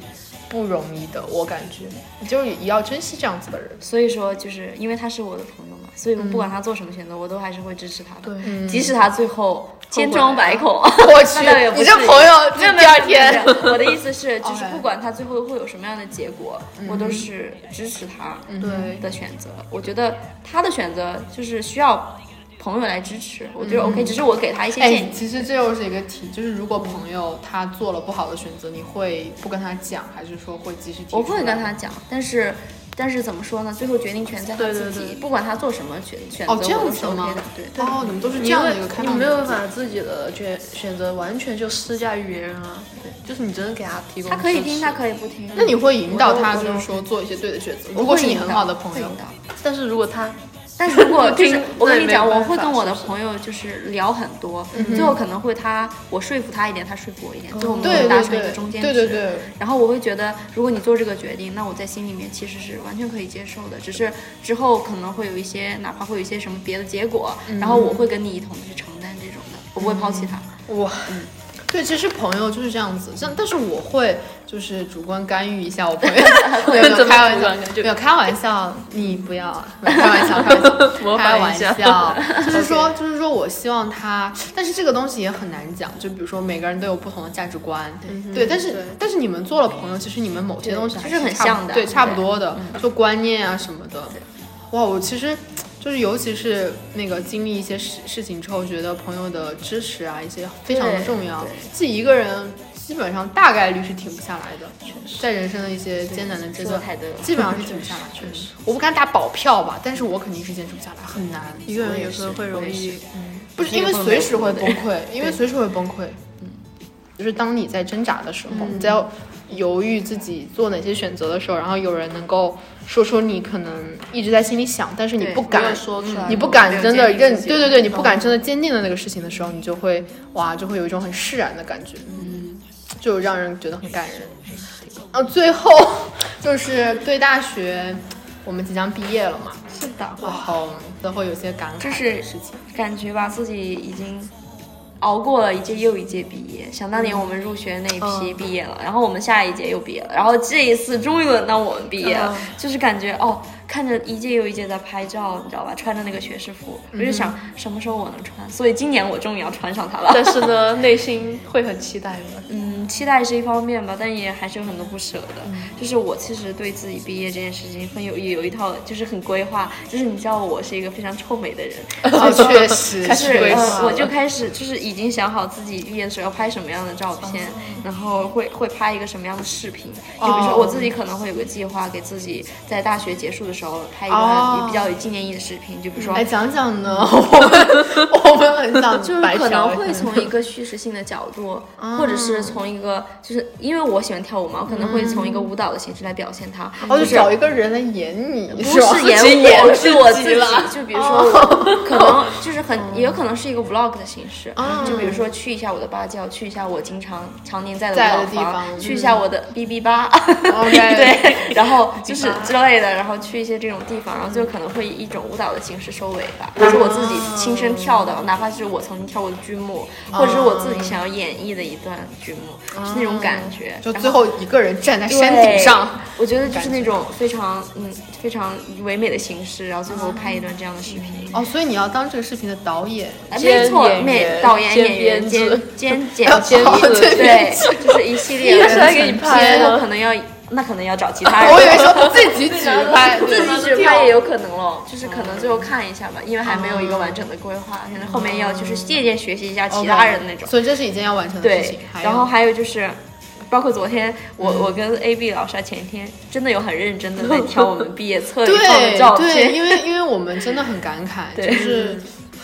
Speaker 3: 不容易的，我感觉，你就是也要珍惜这样 子的人。
Speaker 1: 所以说，就是因为他是我的朋友嘛，所以
Speaker 3: 嗯
Speaker 1: 我不管他做什么选择，我都还是会支持他的。
Speaker 2: 对
Speaker 1: 对，即使他最后千疮百孔，
Speaker 3: 我
Speaker 1: 那
Speaker 3: 去
Speaker 1: 倒也，不
Speaker 3: 你
Speaker 1: 至
Speaker 3: 这
Speaker 1: 于
Speaker 3: 朋友
Speaker 1: 没有没有
Speaker 3: 第二
Speaker 1: 没
Speaker 3: 天
Speaker 1: 有没有没有我的意思是，就是
Speaker 3: OK
Speaker 1: 不管他最后会有什么样的结果，
Speaker 3: 嗯
Speaker 1: 我都是支持他
Speaker 2: 嗯
Speaker 3: 对
Speaker 1: 的选择。我觉得他的选择就是需要朋友来支持，我觉得 OK，只是我给他一些建
Speaker 3: 嗯哎
Speaker 1: 议，。
Speaker 3: 其实这又是一个题，就是如果朋友他做了不好的选择，你会不跟他讲，还是说会及时提出
Speaker 1: 我
Speaker 3: 来？
Speaker 1: 会跟他讲，但是但是怎么说呢？最后决定权在他
Speaker 2: 对对
Speaker 1: 自己，
Speaker 2: 对
Speaker 1: 不管他做什么选选择，
Speaker 3: 哦，这
Speaker 1: 我
Speaker 3: 样
Speaker 1: 都是
Speaker 3: 子
Speaker 1: OK
Speaker 3: 吗
Speaker 1: 的。对，？
Speaker 3: 哦，你们都是这
Speaker 2: 你
Speaker 3: 样
Speaker 2: 会
Speaker 3: 的一个开
Speaker 2: 你
Speaker 3: 放的
Speaker 2: 没有
Speaker 3: 逻
Speaker 2: 办
Speaker 3: 辑，
Speaker 2: 法自己的选选择完全就施加于别人啊，就是你只能给他提供。
Speaker 1: 他可以听，他，可以不听。
Speaker 3: 那你会引导他，
Speaker 2: 我都
Speaker 3: 就是说做一些对的选择。如果
Speaker 1: 会
Speaker 3: 是你
Speaker 1: 引
Speaker 3: 很
Speaker 1: 导
Speaker 3: 好的朋友
Speaker 1: 会，引导
Speaker 2: 但是如果他
Speaker 1: 但如 果就
Speaker 2: 听
Speaker 1: 是我跟你
Speaker 2: 对
Speaker 1: 讲，
Speaker 2: 没
Speaker 1: 我
Speaker 2: 办法
Speaker 1: 会跟我的朋友就是聊很多，
Speaker 3: 嗯
Speaker 1: 最后可能会他我说服他一点，他说服我一点，最后我们
Speaker 3: 对
Speaker 1: 会
Speaker 3: 对
Speaker 1: 达成一个
Speaker 3: 对
Speaker 1: 中间值。
Speaker 3: 对对对，
Speaker 1: 然后我会觉得，如果你做这个决定，那我在心里面其实是完全可以接受的，只是之后可能会有一些，哪怕会有一些什么别的结果，
Speaker 3: 嗯
Speaker 1: 然后我会跟你一同去承担这种的，我不会抛弃他。
Speaker 3: 哇，
Speaker 1: 嗯
Speaker 3: 对，其实朋友就是这样子，像但是我会就是主观干预一下我 朋友，没有没有
Speaker 2: 怎么
Speaker 3: 开玩
Speaker 2: 主观干
Speaker 3: 笑，
Speaker 2: 预
Speaker 3: 没有开玩笑，你不要啊，没有开玩笑，开玩笑。
Speaker 2: 模
Speaker 3: 开
Speaker 2: 仿
Speaker 3: 玩
Speaker 2: 一下，
Speaker 3: 笑，就是说，就是说我希望他，但是这个东西也很难讲。就比如说，每个人都有不同的价值观，对，但是但是你们做了朋友，其实你们某些东西还
Speaker 1: 就是很
Speaker 3: 差不
Speaker 1: 像的嗯
Speaker 3: 对，
Speaker 1: 对嗯
Speaker 3: 差不多的，就观念啊什么的。哇，我其实就是，尤其是那个经历一些事事情之后，觉得朋友的支持啊，一些非常的
Speaker 1: 对
Speaker 3: 重要
Speaker 1: 对。
Speaker 3: 自己一个人基本上大概率是挺不下来的，在人生的一些艰难的阶
Speaker 1: 说得
Speaker 3: 段
Speaker 1: 太对了，
Speaker 3: 基本上是挺不下 来的。我不敢打保票吧，但是我肯定是坚持不下来，很难。
Speaker 2: 一个
Speaker 3: 我
Speaker 2: 人
Speaker 3: 也
Speaker 2: 有时
Speaker 3: 是
Speaker 2: 候会容，
Speaker 3: 我也是
Speaker 2: 易
Speaker 3: 不是因为随时会崩溃，因为随时会崩溃。嗯，就是当你在挣扎的时候，
Speaker 2: 嗯
Speaker 3: 你在犹豫自己做哪些选择的时候，然后有人能够说出你可能一直在心里想，但是你
Speaker 1: 对
Speaker 3: 不
Speaker 2: 没
Speaker 3: 敢
Speaker 2: 有说出来，
Speaker 3: 你不敢真的认，对对对，你
Speaker 1: 嗯
Speaker 3: 不敢真的坚定的那个事情的时候，你就会哇，就会有一种很释然的感觉，嗯，就让人觉得很感人。啊，最后就是对大学，我们即将毕业了嘛，
Speaker 1: 是的，
Speaker 3: 然后都会有些感慨
Speaker 1: 就
Speaker 3: 的
Speaker 1: 是
Speaker 3: 事情。
Speaker 1: 感觉吧，自己已经熬过了一届又一届毕业。想当年我们入学那一批毕业了，然后我们下一届又毕业了，然后这一次终于轮到我们毕业了，就是感觉哦，看着一届又一届在拍照，你知道吧？穿着那个学士服，我就想什么时候我能穿，所以今年我终于要穿上它了。
Speaker 2: 但是呢，内心会很期待的。
Speaker 1: 嗯，期待是一方面吧，但也还是有很多不舍的。就是我其实对自己毕业这件事情很有有一套，就是很规划。就是你知道，我是一个非常臭美的人，
Speaker 3: 哦，确实
Speaker 1: 开
Speaker 3: 是
Speaker 1: 始
Speaker 3: 规
Speaker 1: 呃
Speaker 3: 划
Speaker 1: 我就开始就是已经想好自己毕业的时候要拍什么样的照片，然后会会拍一个什么样的视频。就比如
Speaker 3: 哦
Speaker 1: 说我自己可能会有个计划，给自己在大学结束的时候拍一
Speaker 3: 哦
Speaker 1: 个比较有纪念意义的视频，就比如说
Speaker 3: 来。哎讲讲呢， 我们我们很想
Speaker 1: 就是
Speaker 3: 白
Speaker 1: 可
Speaker 3: 嫖哦
Speaker 1: 能会从一个叙事性的角度，或者是从一个，就是因为我喜欢跳舞嘛，我可能会从一个舞蹈的形式来表现它。
Speaker 3: 哦，
Speaker 1: 就
Speaker 3: 就是找一个人来演你，
Speaker 1: 不
Speaker 3: 不
Speaker 1: 是 演我，是我自己
Speaker 3: 了。。哦
Speaker 1: 就比如说我，可 能就是很，也有可能是一个 vlog 的形式。
Speaker 3: 哦
Speaker 1: 就比如说去一下我的芭蕉，去一下我经常常年在的
Speaker 3: 在的
Speaker 1: 舞
Speaker 3: 地
Speaker 1: 蹈
Speaker 3: 方嗯
Speaker 1: 房，去一下我的 B B 吧。
Speaker 3: OK
Speaker 1: 对，然后就是之类的，然后去一些这种地方，然后就可能会以一种舞蹈的形式收尾吧，或者我自己
Speaker 3: 哦
Speaker 1: 亲身跳的，哪怕是我曾经跳过的剧目，或者是我
Speaker 3: 哦
Speaker 1: 自己想要演绎的一段剧目，是那种感觉。
Speaker 3: 就
Speaker 1: 然
Speaker 3: 最后一个人站在山顶
Speaker 1: 对
Speaker 3: 上，，
Speaker 1: 我觉得就是那种非常嗯非常唯美的形式，然后最
Speaker 2: 哦
Speaker 1: 后拍一段这样的视频。
Speaker 3: 哦，所以你要当这个视频的导演，
Speaker 1: 哎
Speaker 2: 兼
Speaker 1: 没错，
Speaker 2: 演员
Speaker 1: 美导演、
Speaker 2: 兼
Speaker 1: 演员、
Speaker 2: 编哦
Speaker 1: 兼
Speaker 2: 制
Speaker 1: 兼剪
Speaker 3: 兼
Speaker 1: 辑
Speaker 3: 编制
Speaker 1: 对，就是一系列
Speaker 2: 也
Speaker 1: 的。
Speaker 2: 是来给你拍
Speaker 1: 我
Speaker 2: 的
Speaker 1: 可能要，那可能要 找其他人。
Speaker 3: 我以为说自己举拍，
Speaker 1: 哎 自己只拍也有可能咯，就是可能最后看一下吧，因为还没有一个完整的规划，可能后面要就是借鉴学习一下其他人那种。
Speaker 3: 哦所以这是一件要完成的事
Speaker 1: 对
Speaker 3: 情。，还有
Speaker 1: 然后还有就是，包括昨天我、我跟 A B 老师啊前天真的有很认真 的在挑我们毕业册里放的
Speaker 3: 对
Speaker 1: 照
Speaker 3: 对，
Speaker 1: 片，
Speaker 3: 因为因为我们真的很感慨，
Speaker 1: 对
Speaker 3: 就是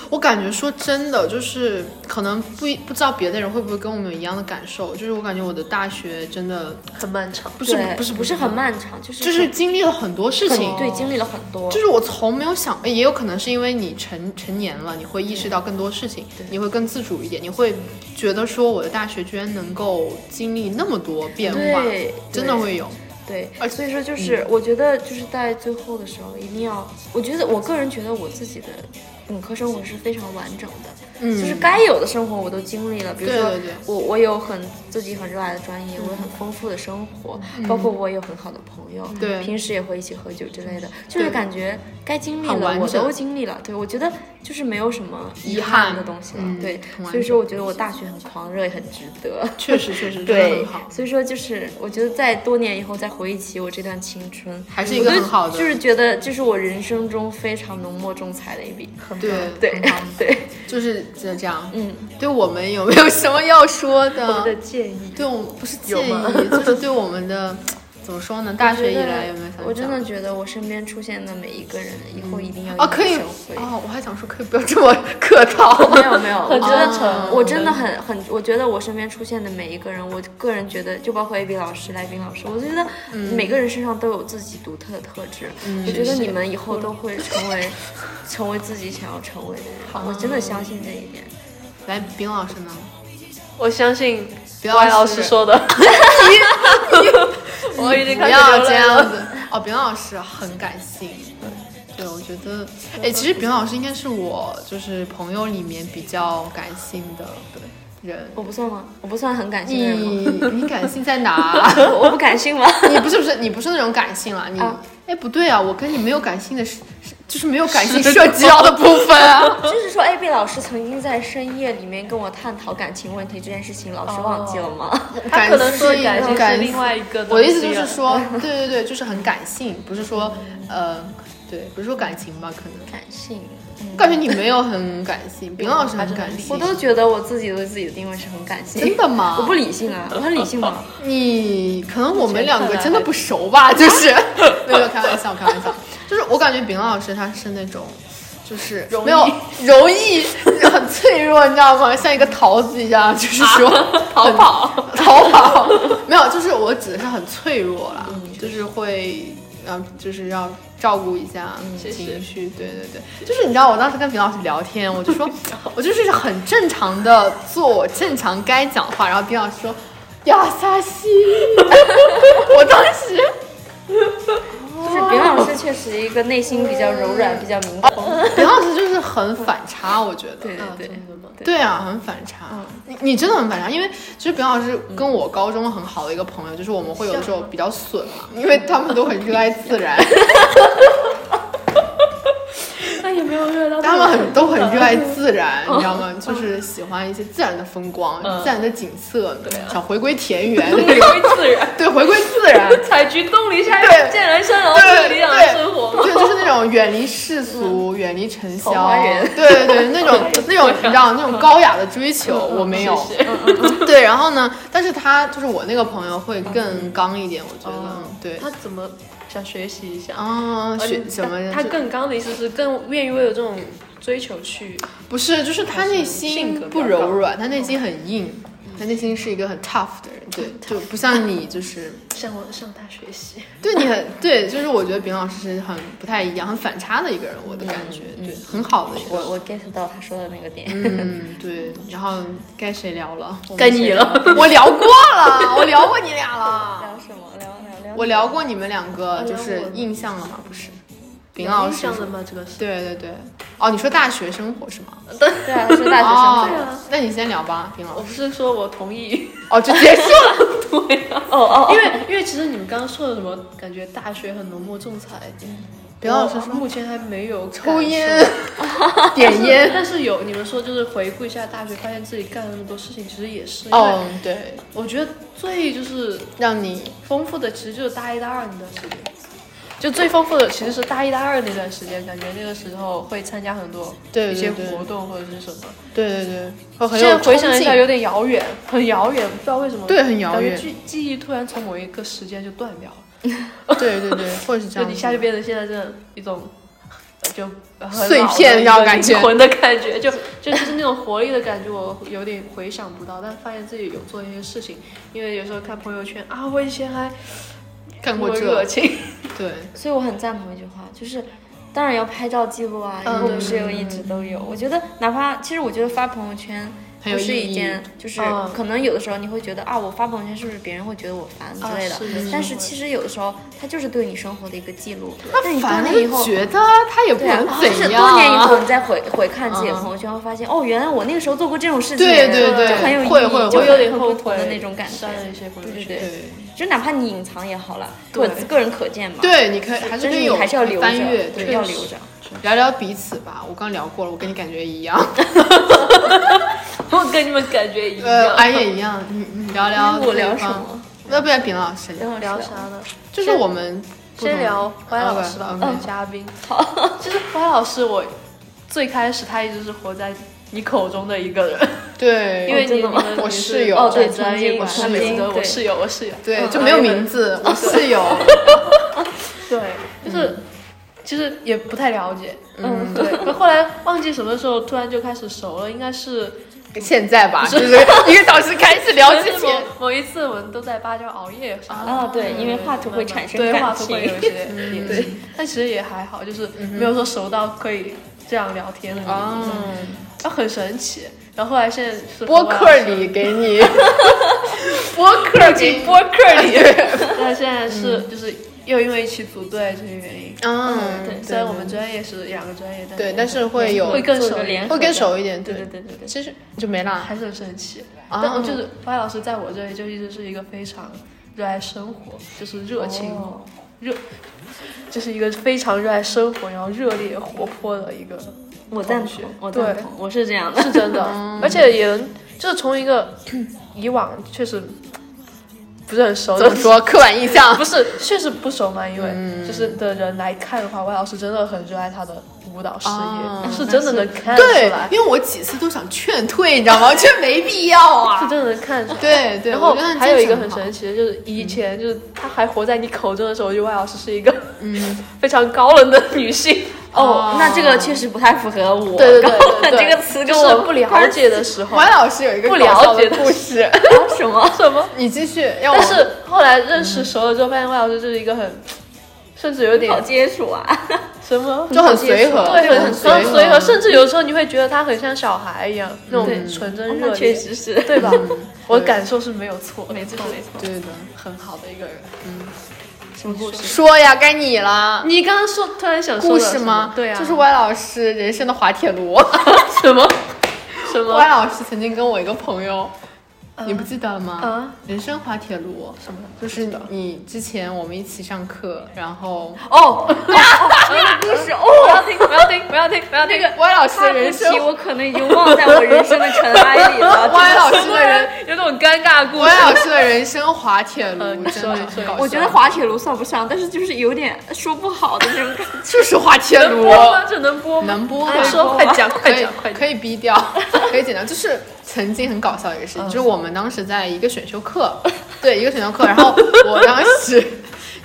Speaker 3: 我感觉说真的，就是可能不一不知道别的人会不会跟我们有一样的感受，就是我感觉我的大学真的
Speaker 2: 很漫长。
Speaker 3: 不是
Speaker 1: 对
Speaker 3: 不是
Speaker 1: 不是很，漫长，就是
Speaker 3: 就是经历了很多事
Speaker 1: 很
Speaker 3: 情，
Speaker 1: 对，经历了很多，
Speaker 3: 就是我从没有想，也有可能是因为你成成年了，你会意识到更多事情，你会更自主一点，你会觉得说我的大学居然能够经历那么多变化
Speaker 1: 对，
Speaker 3: 真的
Speaker 1: 对
Speaker 3: 会有。
Speaker 1: 对
Speaker 3: 而，
Speaker 1: 所以说就是，我觉得就是在最后的时候，一定要，我觉得我个人觉得我自己的本科生活是非常完整的，
Speaker 3: 嗯
Speaker 1: 就是该有的生活我都经历了，比如说
Speaker 3: 对对嗯对
Speaker 1: 我我有很自己很热爱的专业，我有很丰富的生活，包括我有很好的朋友，
Speaker 3: 嗯对
Speaker 1: 平时也会一起喝酒之类的，就是
Speaker 3: 对
Speaker 1: 感觉该经历
Speaker 3: 很
Speaker 1: 了
Speaker 3: 完
Speaker 1: 我
Speaker 3: 整
Speaker 1: 都经历了，对我觉得就是没有什么
Speaker 3: 遗
Speaker 1: 遗憾
Speaker 3: 憾
Speaker 1: 的东西了，
Speaker 3: 嗯
Speaker 1: 对
Speaker 3: 很，完
Speaker 1: 所以说我觉得我大学很狂热，也很值得。
Speaker 3: 确实确实真的
Speaker 1: 对
Speaker 3: 很好，，
Speaker 1: 所以说就是我觉得在多年以后再回忆起我这段青春，
Speaker 3: 还是一个很好的
Speaker 1: 我就就是觉得这是我人生中非常浓墨重彩的一笔。
Speaker 3: 对
Speaker 1: 对对，
Speaker 3: 就是这这样。
Speaker 1: 嗯，
Speaker 3: 对我们有没有什么要说的？
Speaker 2: 我们的建议，
Speaker 3: 对我们不是建
Speaker 2: 有吗
Speaker 3: 议，就是对我们的怎么说呢？大学以来有没有想讲？
Speaker 1: 我真的觉得我身边出现的每一个人，以后一定要
Speaker 3: 哦，可以
Speaker 1: 一起生辉。
Speaker 3: 哦，我还想说可以不要这么客套。
Speaker 1: 没有没有，我觉得
Speaker 3: 啊
Speaker 1: 我真的很很，我觉得我身边出现的每一个人，我个人觉得，就包括 A B 老师、来宾老师，我觉得每个人身上都有自己独特的特质。我觉得你们以后都会成为 成为自己想要成为的人，我真的相信这一点。
Speaker 3: 来，冰老师呢？
Speaker 2: 我相信
Speaker 3: 不要
Speaker 2: Y 老
Speaker 3: 是
Speaker 2: 师说的，我已经
Speaker 3: 不
Speaker 2: 开始
Speaker 3: 要
Speaker 2: 流
Speaker 3: 这
Speaker 2: 泪
Speaker 3: 样
Speaker 2: 了。
Speaker 3: 子。哦，炳老师很感性。对，我觉得，哎，其实炳老师应该是我就是朋友里面比较感性的对 人。
Speaker 1: 我不算吗？我不算很感性的人吗？
Speaker 3: 你你感性在哪？
Speaker 1: 我我不感性吗？
Speaker 3: 你不是不是你不是那种感性了，你哎、
Speaker 1: 啊
Speaker 3: 不对啊，我跟你没有感性的是，是就是没有感性涉及到的部分 啊。
Speaker 1: 就是说，A B 老师曾经在深夜里面跟我探讨感情问题这件事情，老师忘记了
Speaker 3: 哦
Speaker 1: 吗？
Speaker 2: 他可能说
Speaker 3: 性
Speaker 2: 感情
Speaker 3: 感
Speaker 2: 是另外一个东西啊。
Speaker 3: 我的意思就是说，对对对，就是很感性，不是说呃，对，不是说感情吧，可 能
Speaker 1: 感性，
Speaker 2: 嗯
Speaker 3: 我感觉你没有很感性，丙老师很感性，
Speaker 1: 我 都觉得我自己对自己的定位是很感性。
Speaker 3: 真的吗？
Speaker 1: 我不理性啊，我很理性吗？
Speaker 3: 你可能我们两个真的不熟吧，就是 没有没有开玩笑，开玩笑，就是我感觉丙老师他是那种。就是
Speaker 2: 容易
Speaker 3: 没有容易很脆弱，你知道吗？像一个桃子一样，就是说
Speaker 2: 啊 逃跑，
Speaker 3: 逃跑。没有，就是我指的是很脆弱啦，
Speaker 2: 嗯
Speaker 3: 就是会让就是要照顾一下
Speaker 2: 谢谢
Speaker 3: 情绪。对对对，就是你知道我当时跟丙老师聊天，我就 说我就是很正常的做我正常该讲话，然后丙老师说亚萨西， 我当时
Speaker 1: 就是丙老师确实一个内心比较柔软、比较敏感。
Speaker 3: 丙老师就是很反差，我觉得。
Speaker 1: 对对对，
Speaker 3: 对啊，很反差。你你真的很反差，因为其实丙老师跟我高中很好的一个朋友，就是我们会有时候比较损嘛，因为他们都很热爱自然，
Speaker 2: 他也没有热到
Speaker 3: 他们很都很热爱自然，你知道吗？就是喜欢一些自然的风光、自然的景色，想回归田园的那
Speaker 2: 回
Speaker 3: 种，
Speaker 2: 归自然，
Speaker 3: 对，回归自然。
Speaker 2: 采菊东篱下，
Speaker 3: 对
Speaker 2: 见人生而
Speaker 3: 对
Speaker 2: 不
Speaker 3: 对
Speaker 2: 理想生活嘛。
Speaker 3: 对，就是那种远离世俗、远离尘嚣
Speaker 1: 花源，
Speaker 3: 对对对，那种那种你知道那种高雅的追求，我没有。
Speaker 2: 谢谢
Speaker 3: 对，然后呢，但是他就是我那个朋友会更刚一点，我觉得
Speaker 2: 哦，
Speaker 3: 对，
Speaker 2: 他怎么想学习一下？
Speaker 3: 啊，学什么？
Speaker 2: 他更刚的意思是更愿意为了这种追求去，
Speaker 3: 不是，就是他内
Speaker 2: 性
Speaker 3: 心
Speaker 2: 格比较
Speaker 3: 不柔软，他内心很硬，他内心是一个很 tough 的人，对，就不像你，就是
Speaker 2: 向我向他学习。
Speaker 3: 对你很对，就是我觉得丙老师是很不太一样，很反差的一个人，我的感觉，对，很好的一
Speaker 1: 我
Speaker 3: 个。
Speaker 1: 我 get 到他说的那个点。
Speaker 3: 嗯，对，然后该谁聊了？我们
Speaker 2: 该你
Speaker 3: 谁聊
Speaker 2: 了，
Speaker 3: 我聊过了，我聊过你俩了。
Speaker 1: 聊什么？聊聊聊。
Speaker 3: 我聊过你们两个
Speaker 2: 聊
Speaker 3: 就是
Speaker 2: 过
Speaker 3: 印象了吗？不是，
Speaker 2: 你
Speaker 3: 丙老师
Speaker 2: 想的吗？这个是
Speaker 3: 对对对，哦，你说大学生活是吗？
Speaker 1: 对啊，他说大学
Speaker 3: 哦
Speaker 1: 生。
Speaker 3: 那你先聊吧，丙老
Speaker 2: 我
Speaker 3: 师。
Speaker 2: 不是说我同意，
Speaker 3: 哦，就结束了。
Speaker 2: 对啊，
Speaker 1: 哦哦
Speaker 2: 因为因为其实你们刚刚说的什么，感觉大学很浓墨重彩，
Speaker 3: 丙老师
Speaker 2: 我
Speaker 3: 说
Speaker 2: 目前还没有感受
Speaker 3: 抽烟，点
Speaker 2: 但是
Speaker 3: 烟。
Speaker 2: 但是有你们说，就是回顾一下大学，发现自己干了那么多事情，其实也是。
Speaker 3: 哦，，对，
Speaker 2: 我觉得最就是
Speaker 3: 让你
Speaker 2: 丰富的，其实就是大一、大二那段时间。就最丰富的其实是大一、大二那段时间，感觉那个时候会参加很多
Speaker 3: 对
Speaker 2: 一些
Speaker 3: 对对
Speaker 2: 活动或者是什么。
Speaker 3: 对对对，会很
Speaker 2: 现在
Speaker 3: 有
Speaker 2: 回想一下，
Speaker 3: 冲劲
Speaker 2: 有点遥远，很遥远，不知道为什么。
Speaker 3: 对很遥远
Speaker 2: 感觉记记忆突然从某一个时间就断掉了，
Speaker 3: 对对对，或者是这
Speaker 2: 就
Speaker 3: 样
Speaker 2: 一
Speaker 3: 子。
Speaker 2: 下就变成现在这样一种 就很
Speaker 3: 碎片
Speaker 2: 老的
Speaker 3: 要感觉
Speaker 2: 灵魂的感觉，就就就是那种活力的感觉，我有点回想不到，但发现自己有做一些事情，因为有时候看朋友圈啊，我以前还
Speaker 3: 干过
Speaker 2: 我
Speaker 3: 这
Speaker 2: 热， 情，
Speaker 3: 对，
Speaker 1: 所以我很赞同一句话，就是当然要拍照记录啊，
Speaker 3: 嗯
Speaker 1: 如果不是又一直都有，我觉得哪怕其实我觉得发朋友圈。
Speaker 3: 很有
Speaker 1: 不是
Speaker 3: 意义
Speaker 1: 一件，就是
Speaker 2: 嗯
Speaker 1: 可能有的时候你会觉得啊，我发朋友圈是不是别人会觉得我烦之类的
Speaker 2: 啊是的是？的
Speaker 1: 但是其实有的时候它就是对你生活的一个记录。那
Speaker 3: 那
Speaker 1: 你多
Speaker 3: 反
Speaker 1: 年以后
Speaker 3: 正，觉得他也不
Speaker 1: 对啊
Speaker 3: 能，
Speaker 1: 就
Speaker 3: 怎
Speaker 1: 是
Speaker 3: 样
Speaker 1: 多
Speaker 3: 啊，
Speaker 1: 年以后你再回回看自己的
Speaker 3: 嗯
Speaker 1: 朋友圈，会发现哦，原来我那个时候做过这种事情，
Speaker 3: 对对
Speaker 2: 对
Speaker 1: 就很有意义，
Speaker 3: 会会
Speaker 1: 就
Speaker 3: 会
Speaker 2: 有点
Speaker 1: 很不
Speaker 2: 后
Speaker 1: 同
Speaker 2: 悔
Speaker 1: 的那种感觉
Speaker 2: 删。了一些朋友
Speaker 1: 对
Speaker 2: 圈。
Speaker 1: 对对，
Speaker 3: 对
Speaker 1: 就哪怕你隐藏也好了，
Speaker 2: 对
Speaker 1: 或者个人可见嘛。
Speaker 3: 对，你可以还是
Speaker 1: 但
Speaker 3: 可
Speaker 1: 是
Speaker 3: 以
Speaker 1: 你
Speaker 3: 有
Speaker 1: 还是要留着，
Speaker 3: 翻阅，对，
Speaker 1: 要留着。
Speaker 3: 聊聊彼此吧。我刚聊过了，我跟你感觉 一样，
Speaker 2: 我跟你们感觉一
Speaker 3: 呃，
Speaker 2: 样。
Speaker 3: 俺也一样。你你聊聊
Speaker 1: 我聊
Speaker 3: 对
Speaker 1: 什
Speaker 3: 方
Speaker 1: 么？？嗯
Speaker 3: 要不然平老师聊，
Speaker 1: 等会儿
Speaker 2: 聊啥？呢？
Speaker 3: 就是我们不
Speaker 2: 先
Speaker 3: 同
Speaker 2: 聊歪老师吧，我
Speaker 3: OK，OK
Speaker 2: 们嘉 宾。好，就是歪老师，我最开始他一直是活在你口中的一个人，
Speaker 3: 对，
Speaker 2: 因为你
Speaker 1: 哦真的吗
Speaker 2: 们
Speaker 3: 我
Speaker 2: 你是
Speaker 3: 室友
Speaker 1: 哦对
Speaker 2: 转专业嘛，
Speaker 3: 曾
Speaker 2: 他
Speaker 3: 经
Speaker 2: 每
Speaker 1: 我室友
Speaker 2: 次都我
Speaker 1: 对
Speaker 2: 室友，我室友。
Speaker 1: 哦
Speaker 3: 对就没有 名字，我室友，
Speaker 2: 对，就是其实也不太了解，
Speaker 1: 嗯，对。
Speaker 2: 对。后来忘记什么时候突然就开始熟了，应该是
Speaker 3: 现在 吧，就是一个小时开始聊之
Speaker 2: 某
Speaker 3: 前，
Speaker 2: 某一次我们都在芭蕉熬夜嗯啥的。
Speaker 1: 啊，对，因为画图会产生
Speaker 2: 对画
Speaker 1: 感
Speaker 2: 图
Speaker 1: 情。
Speaker 2: 会有一些联系，但其实也还好，就是没有说熟到可以这样聊天的那种。
Speaker 3: 哦，
Speaker 2: 啊，很神奇。然后后来现在是
Speaker 3: 播客里给 你，播客给你
Speaker 2: 播 客里，那现在是就是又因为一起组队这个原因。
Speaker 3: 嗯，
Speaker 1: 对
Speaker 2: 虽然我们专业是两个专业，但
Speaker 3: 对，但是会有
Speaker 2: 会更
Speaker 1: 做
Speaker 2: 熟
Speaker 1: 个
Speaker 2: 一点
Speaker 1: 联
Speaker 3: 会
Speaker 1: 合
Speaker 3: 更
Speaker 1: 的
Speaker 3: 熟一点，
Speaker 1: 对对对对对。
Speaker 3: 其实就没啦，
Speaker 2: 还是很神奇。
Speaker 3: 啊
Speaker 2: 但我就是歪老师在我这里就一直是一个非常热爱生活，就是热情、
Speaker 1: 哦
Speaker 2: 热，就是一个非常热爱生活，然后热烈活泼的一个
Speaker 1: 我赞
Speaker 2: 同学
Speaker 1: 同，我赞
Speaker 2: 对
Speaker 1: 同，我是这样的。哦
Speaker 2: 是 真的，
Speaker 3: 嗯
Speaker 2: 而且也能就是从一个以往确实不是很熟
Speaker 3: 怎么，
Speaker 2: 的
Speaker 3: 说嗯刻板印象
Speaker 2: 不？是确实不熟嘛，因为就是的人来看的话，魏老师真的很热爱他的舞蹈事
Speaker 3: 啊
Speaker 2: 业，是真的能看 出
Speaker 3: 对
Speaker 2: 来，，
Speaker 3: 因为我几次都想劝退，你知道吗？我觉得没必要
Speaker 2: 是
Speaker 3: 啊。
Speaker 2: 真的能看出来。
Speaker 3: 对对，
Speaker 2: 然后
Speaker 3: 我觉得
Speaker 2: 还有一个
Speaker 3: 很
Speaker 2: 很神奇的，就是以前就是他还活在你口中的时候，就魏老师是一个嗯 非常高冷的女性。
Speaker 1: 哦，那这个确实不太符合我。
Speaker 2: 对对 对对
Speaker 1: 这
Speaker 2: 对，
Speaker 1: 个词跟
Speaker 2: 就是
Speaker 1: 我
Speaker 2: 不了解 的时 候
Speaker 3: 黄老师有一个
Speaker 2: 不
Speaker 3: 搞笑
Speaker 2: 了解
Speaker 3: 的
Speaker 2: 的
Speaker 3: 故事，
Speaker 1: 解什么
Speaker 2: 什么。
Speaker 3: 你继续。让我
Speaker 2: 但是后来认识熟了之后，发现魏老师就是一个很，甚至有点
Speaker 1: 好接触啊。
Speaker 2: 什么，
Speaker 3: 就很随和，
Speaker 2: 对，
Speaker 3: 就
Speaker 2: 很
Speaker 3: 很
Speaker 2: 很随和，
Speaker 3: 和，
Speaker 2: 甚至有时候你会觉得他很像小孩一样，那种纯真
Speaker 1: 那
Speaker 2: 热烈，
Speaker 1: 确实是，
Speaker 2: 对吧？我感受是没有错，
Speaker 1: 没错没错。
Speaker 3: 对的。
Speaker 2: 很好的一个人。
Speaker 1: 什么故事？
Speaker 3: 说呀，该你了。
Speaker 2: 你刚刚说突然想说
Speaker 3: 故
Speaker 2: 了
Speaker 3: 事
Speaker 2: 什
Speaker 3: 吗
Speaker 2: 么？？对啊，
Speaker 3: 就是歪老师人生的滑铁卢。
Speaker 2: 什么什
Speaker 3: 歪
Speaker 2: 么
Speaker 3: 老师曾经跟我一个朋友，
Speaker 2: 呃
Speaker 3: 你不记得了吗？
Speaker 2: 啊？
Speaker 3: 人生滑铁卢什么？就是你之前我们一起上课，然后
Speaker 1: 哦，哦
Speaker 2: 嗯
Speaker 1: 那个故事
Speaker 2: 不
Speaker 1: 哦，
Speaker 2: 要听，不要听，不要听，不要听！
Speaker 3: 歪老师
Speaker 1: 他
Speaker 3: 的
Speaker 1: 不
Speaker 3: 人
Speaker 1: 提，
Speaker 3: 生，
Speaker 1: 我可能已经忘在我人生的尘埃里 了。
Speaker 3: 歪老
Speaker 2: 很
Speaker 3: 师
Speaker 2: 多
Speaker 3: 的人
Speaker 2: 人， 有种尴尬故
Speaker 3: 歪老
Speaker 2: 事。
Speaker 3: 师的人生滑铁卢，
Speaker 2: 嗯
Speaker 3: 真
Speaker 2: 说
Speaker 3: 的
Speaker 2: 一
Speaker 3: 很
Speaker 2: 说一
Speaker 3: 搞笑。
Speaker 1: 我觉得滑铁卢算不上，但是就是有点说不好的那种感觉。
Speaker 3: 就是滑铁
Speaker 2: 能
Speaker 3: 卢，
Speaker 2: 播吗？这能播吗？
Speaker 3: 能播吧
Speaker 2: 哎说快讲，
Speaker 3: 可
Speaker 2: 快
Speaker 3: 以
Speaker 2: 讲，快讲！
Speaker 3: 可以逼掉，可以剪掉。就是曾经很搞笑的一个事
Speaker 2: 嗯
Speaker 3: 情，就是我们当时在一个选修课，对一个选修课，然后我当 时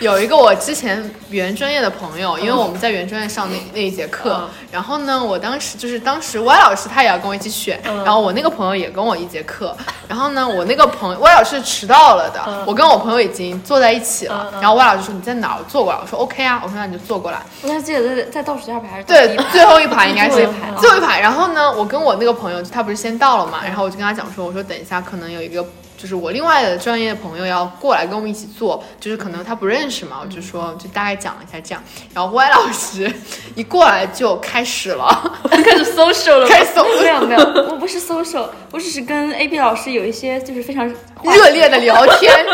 Speaker 3: 有一个我之前原专业的朋友，因为我们在原专业上那那一节课
Speaker 2: 嗯，
Speaker 3: 然后呢，我当时就是当时歪老师他也要跟我一起选，
Speaker 2: 嗯
Speaker 3: 然后我那个朋友也跟我一节课，然后呢，我那个朋友歪老师是迟到了的
Speaker 2: 嗯，
Speaker 3: 我跟我朋友已经坐在一起了
Speaker 2: 嗯，嗯
Speaker 3: 然后歪老师说你在哪儿？我坐过来，我说 OK 啊，我说那你就坐过来。
Speaker 1: 我还记得在在倒数第二排还是
Speaker 3: 对，最后一排应该
Speaker 1: 最
Speaker 3: 是
Speaker 1: 后一排
Speaker 3: 最后一排。然后呢，我跟我那个朋友，他不是先到了嘛，然后我就跟他讲说，我说等一下可能有一个。就是我另外的专业的朋友要过来跟我们一起做，就是可能他不认识嘛，我就说就大概讲了一下这样，然后歪老师一过来就开始了，
Speaker 2: 开始 social 了吗，
Speaker 3: 开始
Speaker 1: 没有没有，我不是 social，我只是跟 A B 老师有一些就是非常
Speaker 3: 热烈的聊天，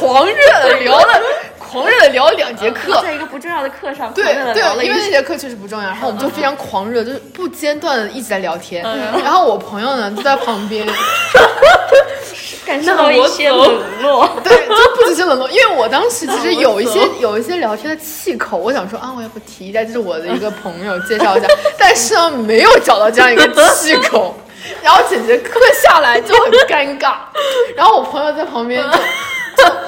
Speaker 3: 狂热的聊了，狂热的聊了两节 课，
Speaker 1: 在一个不重要的课上
Speaker 3: 对
Speaker 1: 快乐的聊了
Speaker 3: 对，
Speaker 1: 一
Speaker 3: 因为那
Speaker 1: 句。
Speaker 3: 节课确实不重要，然后我们就非常狂热，就是不间断的一直在聊天。
Speaker 2: 嗯
Speaker 3: 然后我朋友呢就在旁边，
Speaker 1: 感受到一些冷落。
Speaker 3: 对，就不只是冷落，因为我当时其实有一些
Speaker 2: 那我
Speaker 3: 有一些聊天的气口，我想说啊，我要不提一下，这是我的一个朋友，介绍一下，但是呢没有找到这样一个气口，然后整节课下来就很尴尬，然后我朋友在旁边就。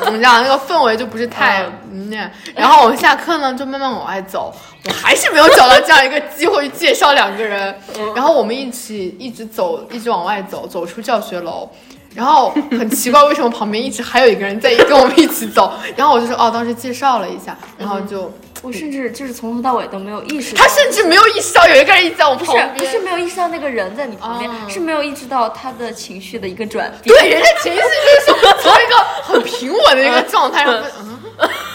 Speaker 3: 怎么讲，那个氛围就不是太嗯那、然后我们下课呢，就慢慢往外走，我还是没有找到这样一个机会介绍两个人。然后我们一起一直走，一直往外走，走出教学楼。然后很奇怪，为什么旁边一直还有一个人在跟我们一起走？ 然后我就说哦，当时介绍了一下，
Speaker 1: 嗯
Speaker 3: 然后就
Speaker 1: 我甚至就是从头到尾都没有意识到
Speaker 3: 他。甚至没有意识到有一个人一直在我
Speaker 1: 不
Speaker 3: 旁
Speaker 1: 是
Speaker 3: 边，
Speaker 1: 不是没有意识到那个人在你旁边，
Speaker 3: 哦
Speaker 1: 是没有意识到他的情绪的一个转变，
Speaker 3: 对，人家情绪就是从一个很平稳的一个状态，然后嗯，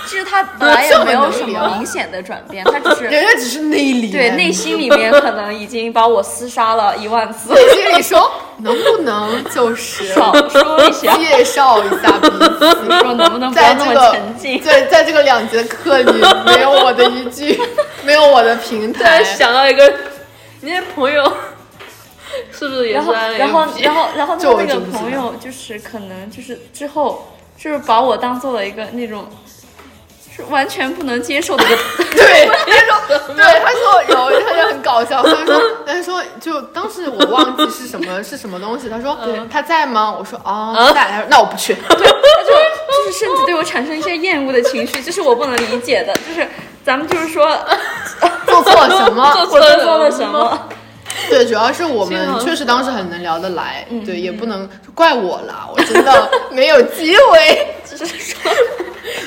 Speaker 1: 就是他本来也没有什
Speaker 3: 这
Speaker 1: 么
Speaker 3: 么能聊
Speaker 1: 明显的转变，他只是
Speaker 3: 人家只是内敛，
Speaker 1: 对内心里面可能已经把我厮杀了一万 次，
Speaker 3: 心里说能不能就是
Speaker 1: 少说一下，
Speaker 3: 介绍一下彼此，
Speaker 1: 你说能不能不要
Speaker 3: 在这
Speaker 1: 那
Speaker 3: 个
Speaker 1: 么沉浸？
Speaker 3: 对，在这个两节课里没有我的一 句，没有我的平
Speaker 2: 突然
Speaker 3: 台，
Speaker 2: 想到一个，你那朋友是不是也
Speaker 1: 然
Speaker 2: 是
Speaker 1: 后，
Speaker 2: 安了一个
Speaker 1: 然后，然后，然后
Speaker 3: 这我
Speaker 1: 他那
Speaker 3: 就
Speaker 1: 个
Speaker 3: 不知道
Speaker 1: 朋友就是可能就是之后就是把我当做了一个那种。是完全不能接受的一个，
Speaker 3: 对，他说，对，他说有，他就很搞笑，他说，他说就当时我忘记是什么是什么东西，他说他在吗？我说哦，在，他说那我不去，
Speaker 1: 他就就是甚至对我产生一些厌恶的情绪，这是我不能理解的。就是咱们就是说，
Speaker 3: 做错了什么？
Speaker 1: 我做错了什么？
Speaker 3: 对，主要是我
Speaker 2: 幸
Speaker 3: 们
Speaker 2: 好
Speaker 3: 确实当时很能聊得来，对，也不能怪我啦，我真的没有机会，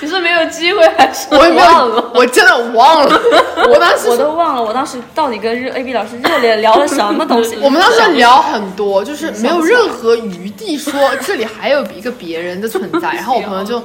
Speaker 2: 你是没有机会还是
Speaker 3: 我也没
Speaker 2: 忘了？
Speaker 3: 有，我真的忘了，我当时
Speaker 1: 我都忘了我当时到底跟热 A B 老师热烈聊了什么 东西。
Speaker 3: 我们当时聊很多，就是没有任何余地说这里还有一个别人的存在，然后我朋友就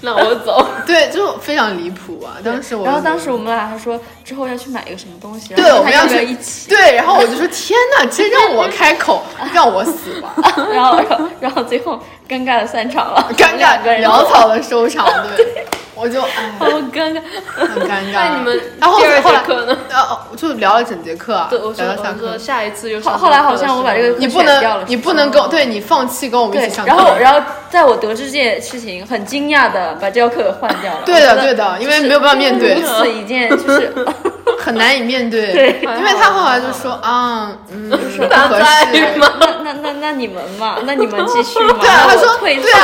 Speaker 2: 那我走。
Speaker 3: 对，就非常离谱啊！当时我，
Speaker 1: 然后当时我们俩还说之后要去买一个什么东西，
Speaker 3: 对
Speaker 1: 然后
Speaker 3: 我们
Speaker 1: 还要
Speaker 3: 去
Speaker 1: 不要一起？
Speaker 3: 对，然后我 就说天哪，真让我开口，让我死吧！
Speaker 1: 然后，然后，然后最后尴尬的散场了，
Speaker 3: 尴尬
Speaker 1: 两个人
Speaker 3: 潦草的收 场，对，我就哎，
Speaker 2: 好尴尬。
Speaker 3: 很尴尬。
Speaker 2: 那你们
Speaker 3: 然后后
Speaker 2: 第二
Speaker 3: 来后
Speaker 2: 节
Speaker 3: 来
Speaker 2: 课呢？
Speaker 3: 呃，我就聊了整节课啊，
Speaker 2: 对，我说
Speaker 3: 聊到下
Speaker 2: 我
Speaker 3: 课
Speaker 2: 说。下一次又
Speaker 1: 后
Speaker 2: 上
Speaker 1: 后来好
Speaker 2: 课的
Speaker 1: 像我把
Speaker 2: 时候
Speaker 1: 这个
Speaker 3: 你不
Speaker 1: 选掉了
Speaker 3: 能，
Speaker 1: 是
Speaker 3: 你
Speaker 1: 吧
Speaker 3: 不能跟我对你放弃跟我们一
Speaker 1: 对
Speaker 3: 起上，课。
Speaker 1: 然后，然后在我得知这件事情，很惊讶的把这教课给换掉了。
Speaker 3: 对的
Speaker 1: 我觉得
Speaker 3: 对的，因为没有办法 面对
Speaker 1: 如，此一件就是
Speaker 3: 很难以面对。
Speaker 1: 嗯对
Speaker 3: 因为他后来 就说啊，嗯，不
Speaker 2: 他
Speaker 3: 合
Speaker 2: 在
Speaker 3: 适。
Speaker 2: 吗？
Speaker 1: 那那那那你们嘛，那你们继续嘛。
Speaker 3: 对啊，
Speaker 1: 那
Speaker 3: 他
Speaker 1: 我
Speaker 3: 说
Speaker 1: 退出
Speaker 3: 对啊，
Speaker 1: 嘛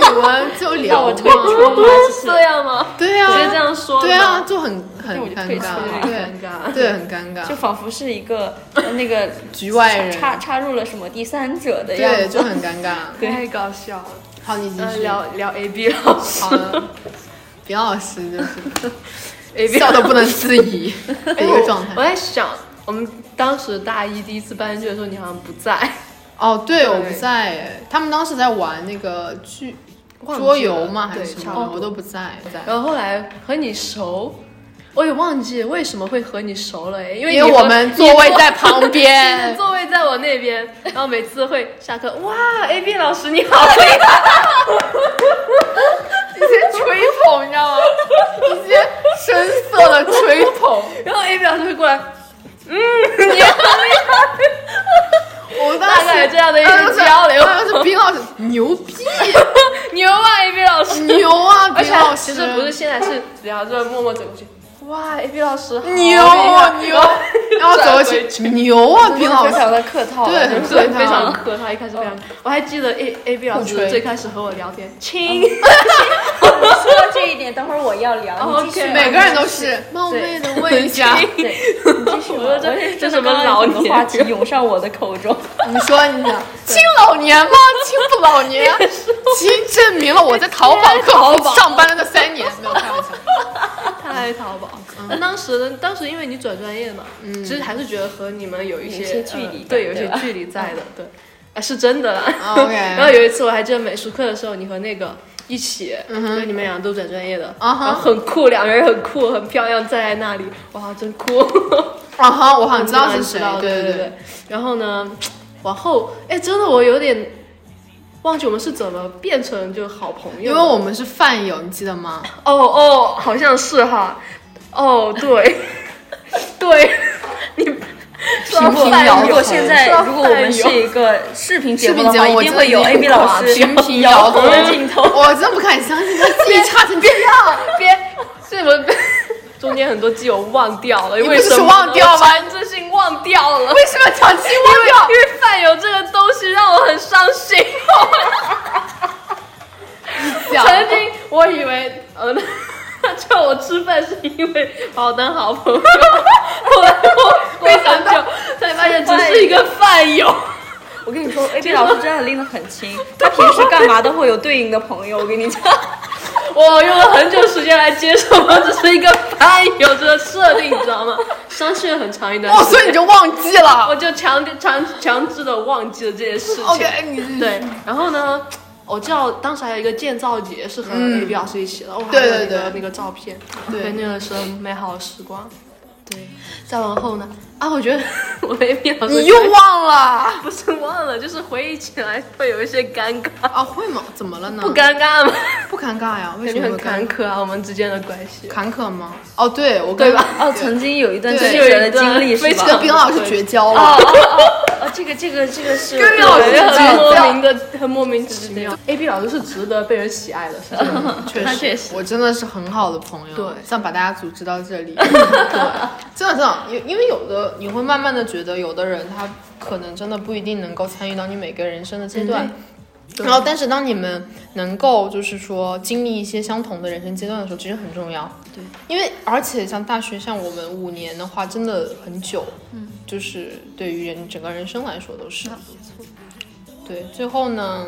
Speaker 3: 那你们 就
Speaker 1: 那
Speaker 3: 聊
Speaker 1: 我
Speaker 3: 嘛
Speaker 1: 退出
Speaker 2: 哦
Speaker 1: 嘛，就是
Speaker 2: 啊这样吗？
Speaker 3: 对啊，
Speaker 2: 直接这样说吗
Speaker 3: 对啊，就很很
Speaker 1: 那我就
Speaker 3: 尴
Speaker 1: 退出
Speaker 3: 尬
Speaker 1: 了，
Speaker 3: 对
Speaker 2: 很尴尬
Speaker 3: 对，很尴
Speaker 1: 就
Speaker 3: 尬，
Speaker 1: 仿佛是一个呃那个
Speaker 3: 局外人，
Speaker 1: 插插入了什么第三者的
Speaker 3: 对，
Speaker 1: 样
Speaker 3: 就
Speaker 1: 子。
Speaker 3: 很尴尬。
Speaker 2: 太搞笑了。
Speaker 3: 好，你继
Speaker 2: 呃，
Speaker 3: 续。
Speaker 2: 聊聊 A B 老师
Speaker 3: 好了，袁老师就是
Speaker 2: ，A B
Speaker 3: 笑的不能自 已的一个状态
Speaker 2: 哦我。在想，我们当时大一第一次办卷的时候，你好像不在，
Speaker 3: 哦，对，我不在耶，他们当时在玩那个剧
Speaker 2: 忘记了
Speaker 3: 桌游吗？还是
Speaker 2: 对
Speaker 3: 什
Speaker 2: 差
Speaker 3: 么？
Speaker 2: 不多哦
Speaker 3: 我都不在，不在。
Speaker 2: 然后后来和你熟。我也忘记为什么会和你熟了，哎因为
Speaker 3: 因为
Speaker 2: 你和
Speaker 3: 我们座位在旁
Speaker 2: 你的
Speaker 3: 边，
Speaker 2: 座位在我那边，然后每次会下课，哇，A B 老师你 好厉害，
Speaker 3: 吹捧，你知 道吗？一些深色的吹捧。
Speaker 2: 然后 A B 老师会过来，嗯
Speaker 3: 我当
Speaker 2: 大概
Speaker 3: 时
Speaker 2: 这样 的一
Speaker 3: 当
Speaker 2: 种
Speaker 3: 时
Speaker 2: 交流，
Speaker 3: 当时冰老师牛逼，
Speaker 2: 牛啊 A B 老师，
Speaker 3: 牛啊，
Speaker 2: 而
Speaker 3: 冰
Speaker 2: 且
Speaker 3: 老
Speaker 2: 其
Speaker 3: 师，
Speaker 2: 实不是现在是聊着默默走过去，哇 A B 老师好厉
Speaker 3: 牛
Speaker 2: 害
Speaker 3: 啊牛，然后走过去牛啊，冰老
Speaker 1: 非
Speaker 3: 师，
Speaker 1: 常的客套，
Speaker 3: 对，很
Speaker 2: 对，非常
Speaker 3: 常。
Speaker 2: 客套，一开始非常，我还记得 A A B 老
Speaker 3: 互吹嗯
Speaker 2: 师最开始和我聊天，亲，
Speaker 1: 你说到这一点，等会儿我要聊，你继续
Speaker 2: OK
Speaker 1: 吧。
Speaker 3: 每个人都是冒昧的问一下，
Speaker 1: 对，你继续吧。
Speaker 2: 我说这
Speaker 1: 我是
Speaker 2: 这
Speaker 1: 真
Speaker 2: 什
Speaker 1: 的
Speaker 2: 么
Speaker 1: 刚刚
Speaker 2: 老
Speaker 1: 有很多
Speaker 2: 年
Speaker 1: 话题涌上我的口中。
Speaker 3: 你说你讲青老年吗？青不老年， 青证明了我在淘宝客服上班的那三年，没有开玩笑。
Speaker 2: 太淘宝。
Speaker 3: 嗯
Speaker 2: 那当时当时因为你转专业嘛，其实还是觉得和你们有一
Speaker 1: 有一
Speaker 2: 些
Speaker 1: 些距离
Speaker 2: 呃
Speaker 1: 的
Speaker 2: 对，有一
Speaker 1: 对
Speaker 2: 些
Speaker 1: 吧
Speaker 2: 距离在的，
Speaker 3: 嗯
Speaker 2: 对，啊是真的啦。
Speaker 3: 啊 OK
Speaker 2: 然后有一次我还记得美术课的时候，你和那个。一起，
Speaker 3: 嗯哼
Speaker 2: 对，你们俩都转专业的
Speaker 3: 啊哈
Speaker 2: 然后很酷，两个人很酷，很漂亮，站在那里，哇，真酷！
Speaker 3: 啊哈，我好 像知道
Speaker 2: 我
Speaker 3: 是
Speaker 2: 知
Speaker 3: 谁
Speaker 2: 道，
Speaker 3: 对
Speaker 2: 嗯对
Speaker 3: 对
Speaker 2: 对。然后呢，往后，哎，真的我有点忘记我们是怎么变成就好朋友的，
Speaker 3: 因为我们是饭友，你记得吗？
Speaker 2: 哦哦，好像是哈，哦对，对，你
Speaker 3: 频 频摇头
Speaker 1: 如果现在如果我们是一个视频节目的话，一定会有 A B 老师
Speaker 3: 频频
Speaker 1: 摇
Speaker 3: 摇
Speaker 1: 头
Speaker 3: 头
Speaker 1: 的镜头。
Speaker 3: 我真不敢相信他自己差成这样。
Speaker 2: 别，这我中间很多基友忘掉了，
Speaker 3: 你不
Speaker 2: 为
Speaker 3: 是
Speaker 2: 什么
Speaker 3: 忘掉吗
Speaker 2: 这性忘掉了，
Speaker 3: 为什么要讲期忘
Speaker 2: 因为因为饭友这个东西让我很伤心。
Speaker 3: 笑。
Speaker 2: 曾经我以为，呃， 叫我吃饭是因为好男好 朋友，后来我过很久才发现只是一个饭友。
Speaker 1: 我跟你说，A B 老师真的拎得很清，他平时干嘛都会有对应的朋友。我跟你讲，
Speaker 2: 我用了很久时间来接受我只是一个饭友这个设定，你知 道吗？相信了很长一段
Speaker 3: 哦，
Speaker 2: 时间，
Speaker 3: 所以你就忘记了
Speaker 2: 我。就强强强制的忘记了这件事情。
Speaker 3: OK，你
Speaker 2: 对，然后呢，我记得当时还有一个建造节是和
Speaker 3: 嗯
Speaker 2: A B 老师一起的，我还
Speaker 3: 对
Speaker 2: 有
Speaker 3: 对
Speaker 2: 那个
Speaker 3: 对
Speaker 2: 那个照片，
Speaker 3: 对
Speaker 2: 那个是美好的时光。对，再往后呢，啊，我觉得 我的 A B 老师
Speaker 3: 你又忘了
Speaker 2: 不是忘了，就是回忆起来会有一些尴尬，
Speaker 3: 啊？会吗？怎么了呢？
Speaker 2: 不尴尬吗？
Speaker 3: 不尴尬呀？为什
Speaker 2: 感觉
Speaker 3: 么
Speaker 2: 很
Speaker 3: 会尴
Speaker 2: 坎坷啊，我们之间的关系。
Speaker 3: 坎坷吗？哦，对，我跟
Speaker 2: 对吧
Speaker 1: 哦，曾经有一段
Speaker 3: 对
Speaker 1: 这个人的经历
Speaker 2: 有一
Speaker 1: 是
Speaker 2: 段
Speaker 1: 吧
Speaker 2: 非？
Speaker 3: 跟冰老师绝交了。
Speaker 1: 哦哦哦，哦这个这个这个是
Speaker 2: 对我觉得很
Speaker 3: 绝交
Speaker 2: 莫名的，很莫名其妙。A B 老师是值得被人喜爱的，是吧？
Speaker 3: 哦确
Speaker 2: 他
Speaker 3: 实，
Speaker 2: 确实
Speaker 3: 我真的是很好的朋友，
Speaker 2: 对
Speaker 3: 像把大家组织到这 里，对，真的真的，因因为有的你会慢慢的觉得，有的人他可能真的不一定能够参与到你每个人生的阶
Speaker 1: 嗯
Speaker 3: 段。然后，但是当你们能够就是说经历一些相同的人生阶段的时候，其实很重要。对，因为而且像大学，像我们五年的话，真的很久。嗯，就是对于人整个人生来说都是。
Speaker 1: 嗯
Speaker 3: 对，最后呢，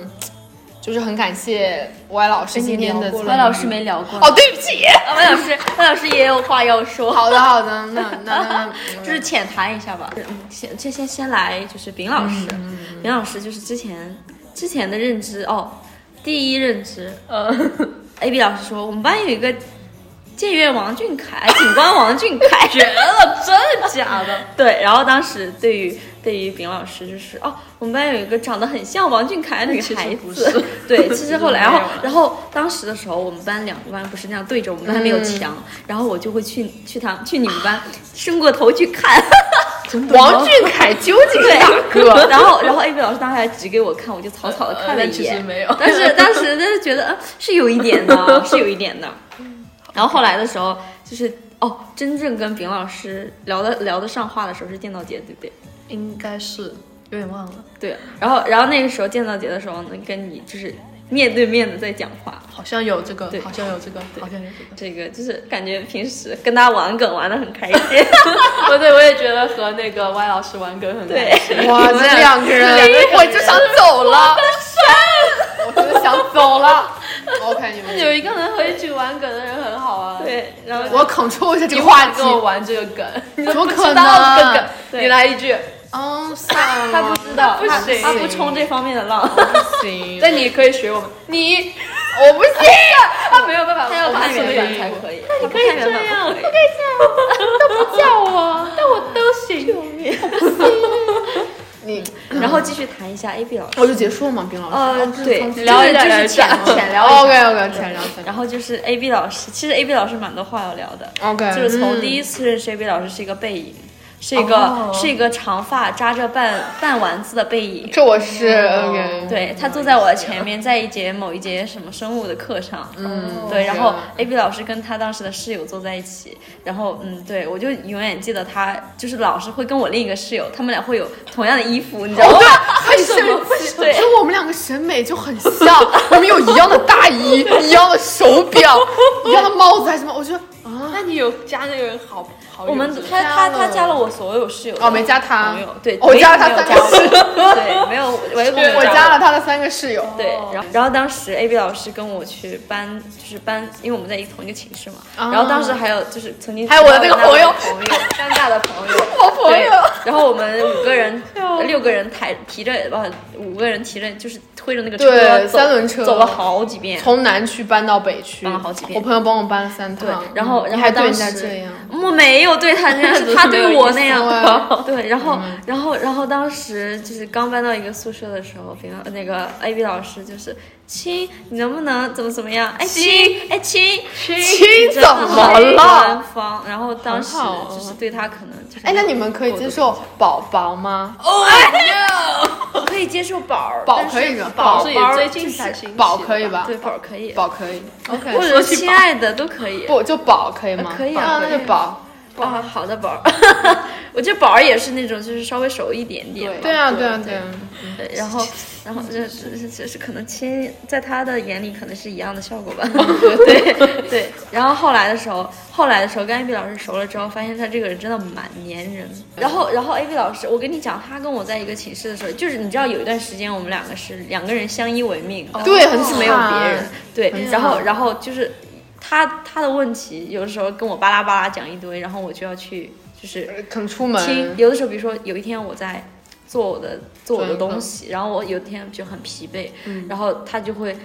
Speaker 3: 就是很感谢 Y 老师今天的参与。
Speaker 1: 歪老师没聊 过。
Speaker 3: 哦，对不起。
Speaker 1: 啊歪老师，歪老师也有话要说。
Speaker 3: 好的，好的，那
Speaker 1: 嗯
Speaker 3: 那 那，
Speaker 1: 就是浅谈一下吧。嗯先先先先来，就是丙老师，丙老师就是之前之前的认知哦，第一认知，
Speaker 2: 呃，
Speaker 1: A B 老师说，我们班有一个建院王俊凯，警官王俊凯，绝了，真的假的？ 对，然后当时对于对于丙老师就是，哦，我们班有一个长得很像王俊凯的女孩
Speaker 2: 其实不是
Speaker 1: 子， 对，其实后来，然后
Speaker 2: 没有啊
Speaker 1: 然后当时的时候，我们班两个班不是那样对着，我们班没有墙， 然后我就会去去他去你们班伸过头去看。
Speaker 3: 王俊凯究竟是
Speaker 1: 对
Speaker 3: 哪个？
Speaker 1: 然后然后 A B 老师当时还指给我看，我就草草的看了一
Speaker 2: 但呃其实
Speaker 1: 眼，
Speaker 2: 没有。
Speaker 1: 但是当时就是觉得呃是有一点 的，是有一点的。然后后来的时候，就是哦，真正跟丙老师聊的聊得上话的时候是剑道姐，对不对？
Speaker 2: 应该是有点忘了，
Speaker 1: 对。然后然后那个时候剑道姐的时候能跟你就是面对面的在讲话，
Speaker 2: 好像有这个
Speaker 1: 对，
Speaker 2: 好像有这个，好像有这
Speaker 1: 这
Speaker 2: 个。
Speaker 1: 个就是感觉平时跟大家玩梗玩得很开心。
Speaker 2: 哦， 对，我也觉得和那个 Y 老师玩梗很
Speaker 1: 对，
Speaker 3: 哇，这两个人，我就想走了，我真的想走了。OK，你们
Speaker 2: 有一个能和一起玩梗的人很好啊。，
Speaker 1: 对，然后
Speaker 3: 我 control 一下这个话题
Speaker 2: 跟，我玩这个梗，你
Speaker 3: 怎么
Speaker 2: 不
Speaker 3: 可
Speaker 2: 知道这个
Speaker 3: 能
Speaker 2: 梗？，你来一句，
Speaker 3: 哦，算了，
Speaker 1: 他不知道，
Speaker 2: 不
Speaker 1: 他
Speaker 2: 行
Speaker 1: 他不冲这方面的浪。
Speaker 3: 不行，
Speaker 2: 但你可以学我们，你
Speaker 3: 我不行，
Speaker 2: 他没有办法，
Speaker 1: 他要
Speaker 2: 把
Speaker 1: 看
Speaker 2: 什么
Speaker 1: 原 版才
Speaker 2: 语
Speaker 1: 可以，那你可以这样，
Speaker 2: 叫我，但我都行。
Speaker 3: 你
Speaker 1: 然后继续谈一下 A B 老师。
Speaker 3: 我就结束了吗，冰老师？
Speaker 1: 呃，对，
Speaker 2: 聊一下
Speaker 1: 就
Speaker 2: 聊
Speaker 1: 是
Speaker 2: 一下
Speaker 1: 浅 浅聊一下
Speaker 3: OK OK，浅聊浅聊
Speaker 1: 然后就是 A B 老师，其实 A B 老师蛮多话要聊的，
Speaker 3: ，OK，嗯
Speaker 1: 就是从第
Speaker 3: 一
Speaker 1: 一次认识 A B 老师是一个背影，是一个、
Speaker 2: 哦
Speaker 1: 是一个长发扎着半半丸子的背影。
Speaker 3: 这我是 OK，
Speaker 1: 对他坐在我的前面，在一节某一节什么生物的课上，
Speaker 3: 嗯
Speaker 1: 对，然后
Speaker 3: 是
Speaker 1: A B 老师跟他当时的室友坐在一起，然后嗯，对我就永远记得他，就是老师会跟我另一个室友，他们俩会有同样的衣服，你知
Speaker 3: 哦
Speaker 1: 道吗？
Speaker 3: 很生气，
Speaker 1: 对
Speaker 3: 就我们两个审美就很像， 我们有一样的大衣，一样的手 表，一样的帽子还是什么，我觉得啊，
Speaker 2: 那你有加那个人好好友
Speaker 1: 我们
Speaker 2: 是吧
Speaker 1: 他他他加了我所有室友的
Speaker 3: 哦没加他哦
Speaker 1: 朋友，对，
Speaker 3: 我加了他
Speaker 1: 唯一没有加
Speaker 3: 三个
Speaker 1: 我
Speaker 3: 室友，
Speaker 1: 对，没有唯独没有
Speaker 3: 我加
Speaker 1: 我。
Speaker 3: 了他的三个室友，
Speaker 1: 对，然后然后当时 A B 老师跟我去班，就是班，因为我们在一个同一个寝室嘛。
Speaker 3: 啊
Speaker 1: 然后当时还有就是曾经
Speaker 3: 还有我的那个朋友
Speaker 1: 朋友，尴尬的朋 友，
Speaker 3: 我朋
Speaker 1: 对
Speaker 3: 友，。哎
Speaker 1: 然后我们五个 人，六个人抬提着，呃，五个人提着就是推着那个车
Speaker 3: 对
Speaker 1: 走
Speaker 3: 三轮车
Speaker 1: 走了好几遍。
Speaker 3: 从南区搬到北区，
Speaker 1: 搬了嗯好几遍
Speaker 3: 我朋友帮我搬了三趟，
Speaker 1: 对然后然
Speaker 3: 嗯
Speaker 1: 后
Speaker 3: 你还对人
Speaker 1: 当
Speaker 3: 家
Speaker 1: 时
Speaker 3: 这样，
Speaker 1: 我没有对他那样，是他对我那样
Speaker 3: 没有意思。 嗯
Speaker 1: 对，然后，然后，然后当时就是刚搬到一个宿舍的时候，比方那个 A B 老师就是亲，你能不能怎么怎么样？哎亲，哎亲，亲
Speaker 3: 亲怎么了？
Speaker 1: 官方。然后当时
Speaker 3: 很好啊
Speaker 1: 就是对他可能就是
Speaker 3: 哎，那你们可以接受宝宝吗？
Speaker 1: 哦我可以接受宝儿，
Speaker 3: 宝
Speaker 1: 但是
Speaker 3: 可以的
Speaker 1: 宝
Speaker 3: 宝
Speaker 2: 是
Speaker 1: 儿
Speaker 2: 也最近才兴起
Speaker 3: 宝可以吧？
Speaker 1: 对宝儿可以，
Speaker 3: 宝可以，OK，
Speaker 1: 或者亲爱的都可以。
Speaker 3: 不就宝可以吗？
Speaker 1: 可以啊
Speaker 3: 啊，
Speaker 1: 可以
Speaker 3: 那就宝。
Speaker 1: 啊，好的宝儿， 我记得宝儿也是那种，就是稍微熟一点点吧。
Speaker 3: 对啊，对啊，对啊。
Speaker 1: 对，然后，然后这这这是可能亲，在他的眼里可能是一样的效果吧。对对。然后后来的时候，后来的时候跟 A B 老师熟了之后，发现他这个人真的蛮粘人。然后然后 A B 老师，我跟你讲，他跟我在一个寝室的时候，就是你知道有一段时间我们两个是两个人相依为命的，
Speaker 3: 对很
Speaker 1: 是没有别
Speaker 3: 惨
Speaker 1: 人。对
Speaker 3: 很，
Speaker 1: 然后
Speaker 3: 惨
Speaker 1: 然后就是他他的问题，有的时候跟我巴拉巴拉讲一堆，然后我就要去就是
Speaker 3: 肯出
Speaker 1: 听
Speaker 3: 门，
Speaker 1: 有的时候，比如说有一天我在做我的做我的
Speaker 3: 专科
Speaker 1: 东西，然后我有一天就很疲惫，然后他就会。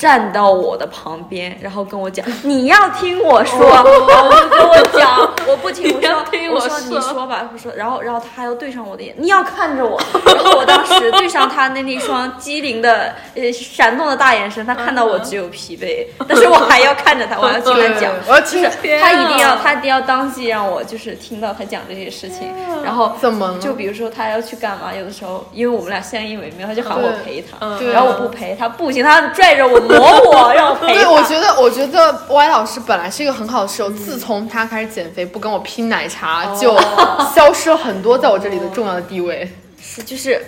Speaker 1: 站到我的旁边，然后跟我讲：“你要听我说，我跟我讲，我不听，我
Speaker 2: 你要
Speaker 1: 说，
Speaker 2: 听
Speaker 1: 我
Speaker 2: 我
Speaker 1: 说，
Speaker 2: 说
Speaker 1: 你说吧，我说。”然后，然后他还要对上我的眼，你要看着我。然后我当时对上他那那双机灵的、呃闪动的大眼神，他看到我只有疲惫，但是我还要看着他，我要听他讲。
Speaker 3: 我要听
Speaker 1: 他一定要，
Speaker 2: 天啊
Speaker 1: 他一定要当即让我就是听到他讲这些事情，然后
Speaker 3: 怎么了
Speaker 1: 就比如说他要去干嘛，有的时候因为我们俩相依为命，他就喊
Speaker 3: 对
Speaker 1: 我陪他，
Speaker 3: 对
Speaker 1: 然后我不陪他，不行，他拽着我磨我，让我陪
Speaker 3: 对，
Speaker 1: 他。
Speaker 3: 啊我觉得，我觉得 Y 老师本来是一个很好的室友，自从他开始减肥，不跟我拼奶
Speaker 1: 哦
Speaker 3: 茶，就消失了很多在我这里的重要的地 位。
Speaker 1: 是就是。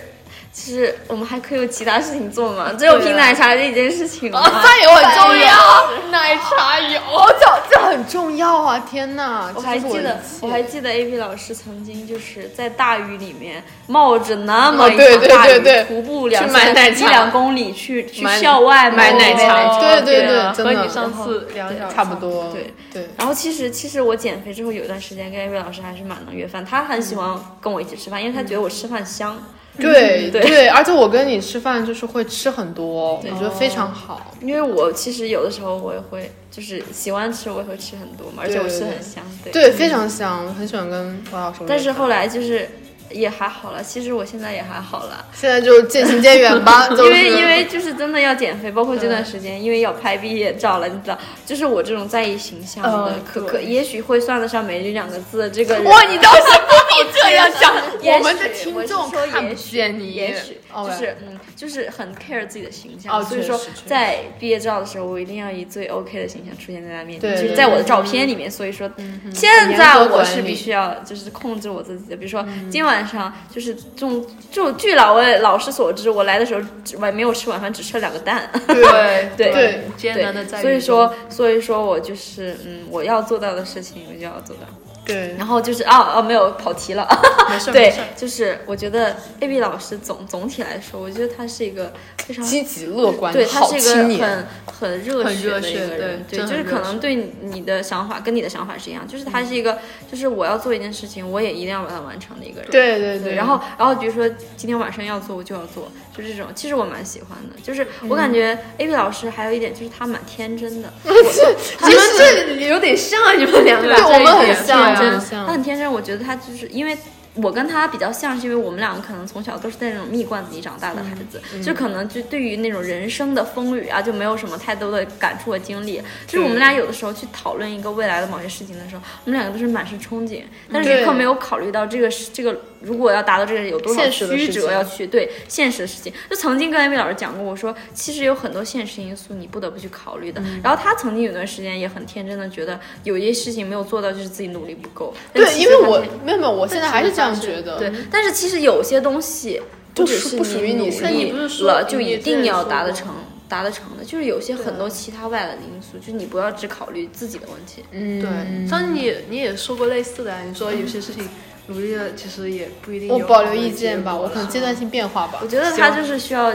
Speaker 1: 就是我们还可以有其他事情做嘛，只有
Speaker 3: 对啊
Speaker 1: 拼奶茶这件事情嘛。
Speaker 3: 饭也很重
Speaker 1: 哎
Speaker 3: 要，
Speaker 2: 奶茶有，
Speaker 3: 哦，这这很重要啊！天哪，
Speaker 1: 我还
Speaker 3: 这是
Speaker 1: 记
Speaker 3: 的
Speaker 1: 得，
Speaker 3: 一
Speaker 1: 我
Speaker 3: 切
Speaker 1: 还记得 A B 老师曾经就是在大雨里面冒着那么
Speaker 3: 哦
Speaker 1: 一
Speaker 3: 对
Speaker 1: 场
Speaker 3: 对
Speaker 1: 大
Speaker 3: 对
Speaker 1: 雨
Speaker 3: 对
Speaker 1: 徒步两
Speaker 3: 去买
Speaker 1: 三
Speaker 3: 奶
Speaker 1: 一
Speaker 3: 茶
Speaker 1: 两公里去去
Speaker 3: 买
Speaker 1: 校外
Speaker 3: 买奶茶对对对真
Speaker 2: 和
Speaker 3: 的
Speaker 2: 你上次聊聊
Speaker 3: 差不多，
Speaker 1: 对
Speaker 3: 对。
Speaker 1: 然后其实其实我减肥之后有一段时间跟 A B 老师还是蛮能约饭，他很喜欢跟我一起吃饭，因为他觉得我吃饭香。
Speaker 3: 对
Speaker 1: 嗯对
Speaker 3: 而且我跟你吃饭就是会吃很多，我觉得非常好。
Speaker 1: 因为我其实有的时候我也会就是喜欢吃，我也会吃很多嘛，而且
Speaker 3: 对
Speaker 1: 我吃
Speaker 3: 对
Speaker 1: 很香。对。
Speaker 3: 对，非常香，我很喜欢跟王老师。
Speaker 1: 但是后来就是也还好了，其实我现在也还好了。
Speaker 3: 现在就渐行渐远 吧，
Speaker 1: 因
Speaker 3: 就是嗯
Speaker 1: 为因为就是真的要减肥，包括这段时间，因为要拍毕业照了，你知道，就是我这种在意形象的
Speaker 3: 嗯，
Speaker 1: 可可也许会算得上美丽两个字的这个人。
Speaker 3: 哇，你倒是不必这样讲，
Speaker 1: 也许
Speaker 3: 我们的听
Speaker 1: 我
Speaker 3: 众
Speaker 1: 是说
Speaker 3: 看不
Speaker 1: 也许
Speaker 3: 见你，
Speaker 1: 也许
Speaker 3: 哦
Speaker 1: 就是嗯，就是很 care 自己的形
Speaker 3: 哦
Speaker 1: 象，所以
Speaker 3: 确
Speaker 1: 说
Speaker 3: 实确实
Speaker 1: 在毕业照的时候，我一定要以最 OK 的形象出现在大家面前，
Speaker 3: 对
Speaker 1: 就是
Speaker 3: 对
Speaker 1: 在
Speaker 3: 对嗯
Speaker 1: 我的照片里面。所以说，现在我是必须要就是控制我自己的，比如说
Speaker 3: 嗯
Speaker 1: 今晚上就是这种就据老魏老师所知，我来的时候只晚没有吃晚饭，只吃了两个蛋。
Speaker 3: 对
Speaker 1: 对
Speaker 3: 对，
Speaker 2: 艰难的在，
Speaker 1: 所以说，所以说我就是嗯，我要做到的事情，我就要做到。
Speaker 3: 对，
Speaker 1: 然后就是啊啊，没有跑题了。
Speaker 3: 没事没
Speaker 1: 对
Speaker 3: 事，，
Speaker 1: 就是我觉得 A B 老师总总体来说，我觉得他是一个非常
Speaker 3: 积极乐观，
Speaker 1: 对，他
Speaker 3: 好
Speaker 1: 是一个
Speaker 3: 青年，
Speaker 1: 很很热
Speaker 3: 很
Speaker 1: 血
Speaker 3: 热
Speaker 1: 的一
Speaker 3: 血
Speaker 1: 个
Speaker 3: 对
Speaker 1: 人，对，
Speaker 3: 真
Speaker 1: 就
Speaker 3: 很
Speaker 1: 是
Speaker 3: 热嗯
Speaker 1: 可能对你的想法跟你的想法是一样，就是他是一个，就是我要做一件事情，我也一定要把它完成的一个人。
Speaker 3: 对对对，
Speaker 1: 然后然后比如说今天晚上要做，我就要做，就这种。其实我蛮喜欢的，就是
Speaker 3: 嗯
Speaker 1: 我感觉 A B 老师还有一点就是他蛮天真 的，
Speaker 3: 其实
Speaker 2: 这有点像啊你们啊两个
Speaker 3: 对我们
Speaker 2: 这一
Speaker 3: 很
Speaker 2: 点
Speaker 3: 像
Speaker 2: 天
Speaker 3: 呀，
Speaker 2: 真
Speaker 3: 很
Speaker 1: 他
Speaker 3: 像，
Speaker 1: 很天真。我觉得他就是因为我跟他比较像，是因为我们两个可能从小都是在那种蜜罐子里长大的孩子，
Speaker 3: 嗯
Speaker 1: 就可能就对于那种人生的风雨啊，就没有什么太多的感触和经历。就是我们俩有的时候去讨论一个未来的某些事情的时候，我们两个都是满是憧憬，但是
Speaker 3: 嗯对
Speaker 1: 一刻没有考虑到这个是这个如果要达到这个有多少
Speaker 3: 现实的
Speaker 1: 曲
Speaker 3: 事
Speaker 1: 折
Speaker 3: 情啊
Speaker 1: 要去对现实的事情。就曾经跟 Amy 老师讲过，我说其实有很多现实因素你不得不去考虑的。
Speaker 2: 嗯
Speaker 1: 然后他曾经有段时间也很天真的觉得有一些事情没有做到就是自己努力不够。但
Speaker 3: 对，
Speaker 1: 其
Speaker 3: 因
Speaker 1: 实
Speaker 3: 为
Speaker 1: 他
Speaker 3: 我
Speaker 1: 现
Speaker 3: 没有没有，我现在还是这样觉得，
Speaker 1: 对，但是其实有些东西
Speaker 3: 就
Speaker 1: 只
Speaker 3: 是
Speaker 1: 是
Speaker 3: 不属于
Speaker 1: 努
Speaker 3: 你
Speaker 1: 力
Speaker 3: 那
Speaker 2: 你不是说
Speaker 1: 了就
Speaker 2: 你也
Speaker 1: 一定
Speaker 2: 这样
Speaker 1: 要
Speaker 2: 说
Speaker 1: 达得
Speaker 2: 过
Speaker 1: 成。达得成的，就是有些很多其他外来的因素，就你不要只考虑自己的问题。
Speaker 3: 嗯，
Speaker 2: 对，像你你也说过类似的、啊，你说有些事情努力了，其实也不一定有
Speaker 3: 我
Speaker 2: 好的
Speaker 3: 保留意见吧，
Speaker 2: 结果
Speaker 3: 我可能阶段性变化吧
Speaker 1: 我。觉得他就是需要，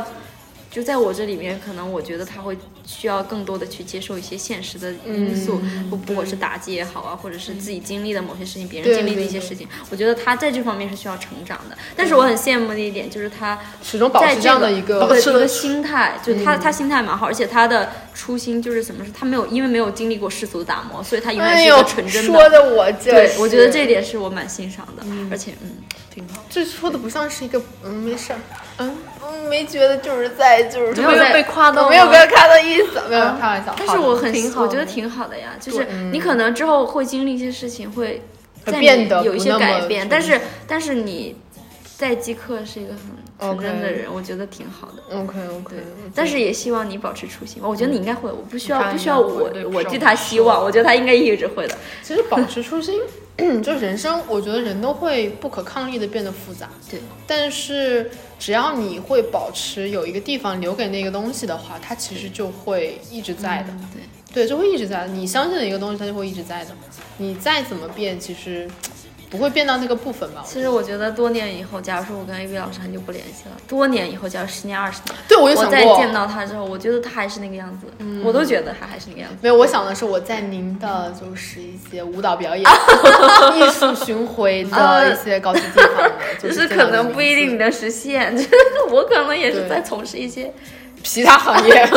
Speaker 1: 就在我这里面，可能我觉得他会需要更多的去接受一些现实的因
Speaker 3: 嗯
Speaker 1: 素，不不管是打击也好啊，或者是自己经历的某些事情，别人
Speaker 3: 对
Speaker 1: 经历的
Speaker 3: 对
Speaker 1: 一些
Speaker 3: 对
Speaker 1: 事情，我觉得他在这方面是需要成长的。但是我很羡慕的一点就是他
Speaker 3: 始终保
Speaker 1: 在
Speaker 3: 持这样的一嗯
Speaker 1: 个
Speaker 3: 个
Speaker 1: 对一个心态，就他他心态蛮好，而且他的初心就是怎么说，他没有因为没有经历过世俗的打磨，所以他永远
Speaker 3: 哎
Speaker 1: 是一个
Speaker 3: 呦，
Speaker 1: 纯真
Speaker 3: 说
Speaker 1: 的。
Speaker 3: 的我这，
Speaker 1: 对，我觉得这一点是我蛮欣赏的，而且嗯，
Speaker 2: 挺好。
Speaker 3: 这说的不像是一个，嗯，没事儿，嗯，嗯没觉得就是在就是
Speaker 1: 没有
Speaker 3: 在
Speaker 1: 被
Speaker 2: 夸到吗
Speaker 3: 我没有被夸的意思，没有开玩笑。
Speaker 1: 嗯但是我很
Speaker 2: 挺，好
Speaker 1: 我
Speaker 2: 的
Speaker 1: 觉得挺好的呀，就是你可能之后会经历一些事情，会
Speaker 3: 嗯会
Speaker 1: 在
Speaker 3: 变
Speaker 1: 你
Speaker 3: 得
Speaker 1: 有一
Speaker 3: 不
Speaker 1: 些
Speaker 3: 那
Speaker 1: 改
Speaker 3: 么
Speaker 1: 变，
Speaker 3: 纯
Speaker 1: 但是但是你在即刻是一个很纯真的
Speaker 3: OK
Speaker 1: 人，我觉得挺好的。
Speaker 3: OK OK，
Speaker 1: 但是也希望你保持初心，我觉得你应该会，我不需
Speaker 3: 嗯你
Speaker 1: 要
Speaker 3: 看
Speaker 1: 不
Speaker 3: 你
Speaker 1: 需要
Speaker 3: 要会
Speaker 1: 我
Speaker 3: 对
Speaker 1: 我
Speaker 3: 不
Speaker 1: 对
Speaker 3: 是
Speaker 1: 他希望，我觉得他应该一直会的。
Speaker 3: 其实保持初心 就人生，我觉得人都会不可抗力的变得复杂。
Speaker 1: 对，
Speaker 3: 但是只要你会保持有一个地方留给那个东西的话，它其实就会一直在的。
Speaker 1: 嗯对，
Speaker 3: 对，就会一直在的。你相信的一个东西，它就会一直在的。你再怎么变，其实不会变到那个部分吧？
Speaker 1: 其实我觉得多年以后，假如说我跟 A B 老师很久不联系了，多年以后，假如十年、二十年，
Speaker 3: 对，我就
Speaker 1: 我
Speaker 3: 想
Speaker 1: 再
Speaker 3: 过，嗯
Speaker 1: 见到他之后，我觉得他还是那个样子，我都觉得他还是那个样子。
Speaker 3: 没有，我想的是我在您的就是一些舞蹈表演、 艺术巡回的一些高级地方，
Speaker 1: 只
Speaker 3: 就是见到
Speaker 1: 呃 可能
Speaker 3: 您
Speaker 1: 不一定能实现， 就是我可能也是在从事一些
Speaker 3: 其他行 业。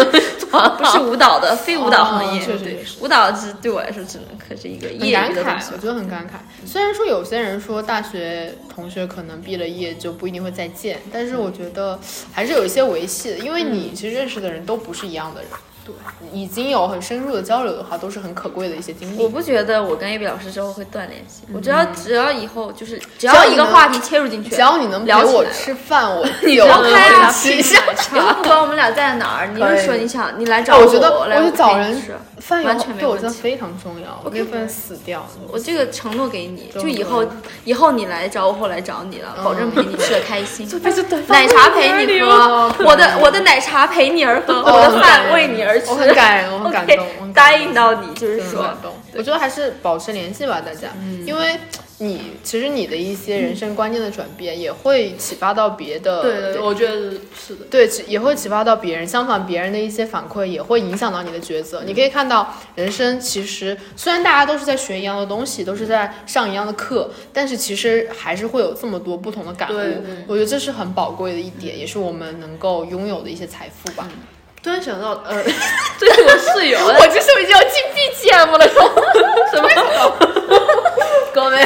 Speaker 1: 不是舞蹈的非舞蹈行业，
Speaker 3: 哦确实
Speaker 1: 对
Speaker 3: 也是
Speaker 1: 舞蹈只对我来说只能可是一个
Speaker 3: 很啊
Speaker 1: 业
Speaker 3: 感
Speaker 1: 余的东
Speaker 3: 慨
Speaker 1: 西，
Speaker 3: 我。觉得很感慨。虽然说有些人说大学同学可能毕了业就不一定会再见，但是我觉得还是有一些维系的，因为你其实认识的人都不是一样的人。对，已经有很深入的交流的话，都是很可贵的一些经
Speaker 1: 我
Speaker 3: 历。
Speaker 1: 不觉得我跟 AB 老师之后会断联系，我只要只要以后就是只
Speaker 3: 嗯要
Speaker 1: 要
Speaker 3: 你
Speaker 1: 一个
Speaker 3: 能
Speaker 1: 话题切入进去，
Speaker 3: 只要你能陪
Speaker 1: 聊起
Speaker 3: 我
Speaker 1: 来了
Speaker 3: 吃 饭，我有
Speaker 1: 聊开啊
Speaker 3: 一下。
Speaker 1: 以后不管我们俩在哪儿，你就说你想你来找
Speaker 3: 哎我觉
Speaker 1: 我
Speaker 3: 得，
Speaker 1: 来
Speaker 3: 觉得找
Speaker 1: 陪你
Speaker 3: 人
Speaker 1: 吃
Speaker 3: 饭友
Speaker 1: 完全没
Speaker 3: 对我
Speaker 1: 问
Speaker 3: 真的
Speaker 1: 题。
Speaker 3: 非常重要。我
Speaker 1: OK
Speaker 3: 跟饭死掉，
Speaker 1: 我这个承诺给你，
Speaker 3: 真
Speaker 1: 就以
Speaker 3: 的
Speaker 1: 后以后你来找我，我来找你了，
Speaker 3: 嗯
Speaker 1: 保证陪你吃的开心。
Speaker 3: 哎， 就对
Speaker 1: 奶茶陪你喝
Speaker 3: 哦，
Speaker 1: 我的我的奶茶陪你而喝，我的饭为你而吃。
Speaker 3: 我很感人，我很 感
Speaker 1: OK，
Speaker 3: 动，我很感
Speaker 1: 答
Speaker 3: 动
Speaker 1: 应到你就是
Speaker 3: 真的
Speaker 1: 说
Speaker 3: 感，动。我觉得还是保持联系吧，大家，
Speaker 2: 嗯
Speaker 3: 因为你其实你的一些人生观念的转变，也会启发到别的，
Speaker 2: 对对，我觉得是的。
Speaker 3: 对，其也会启发到别人。相反，别人的一些反馈也会影响到你的抉择。你可以看到，人生其实虽然大家都是在学一样的东西，都是在上一样的课，但是其实还是会有这么多不同的感悟
Speaker 2: 对对。
Speaker 3: 我觉得这是很宝贵的一点，也是我们能够拥有的一些财富吧。
Speaker 2: 突然想到，呃， 对我室友，啊
Speaker 3: 我这是不是已经要进 BGM 了？
Speaker 2: 什 么？哥妹，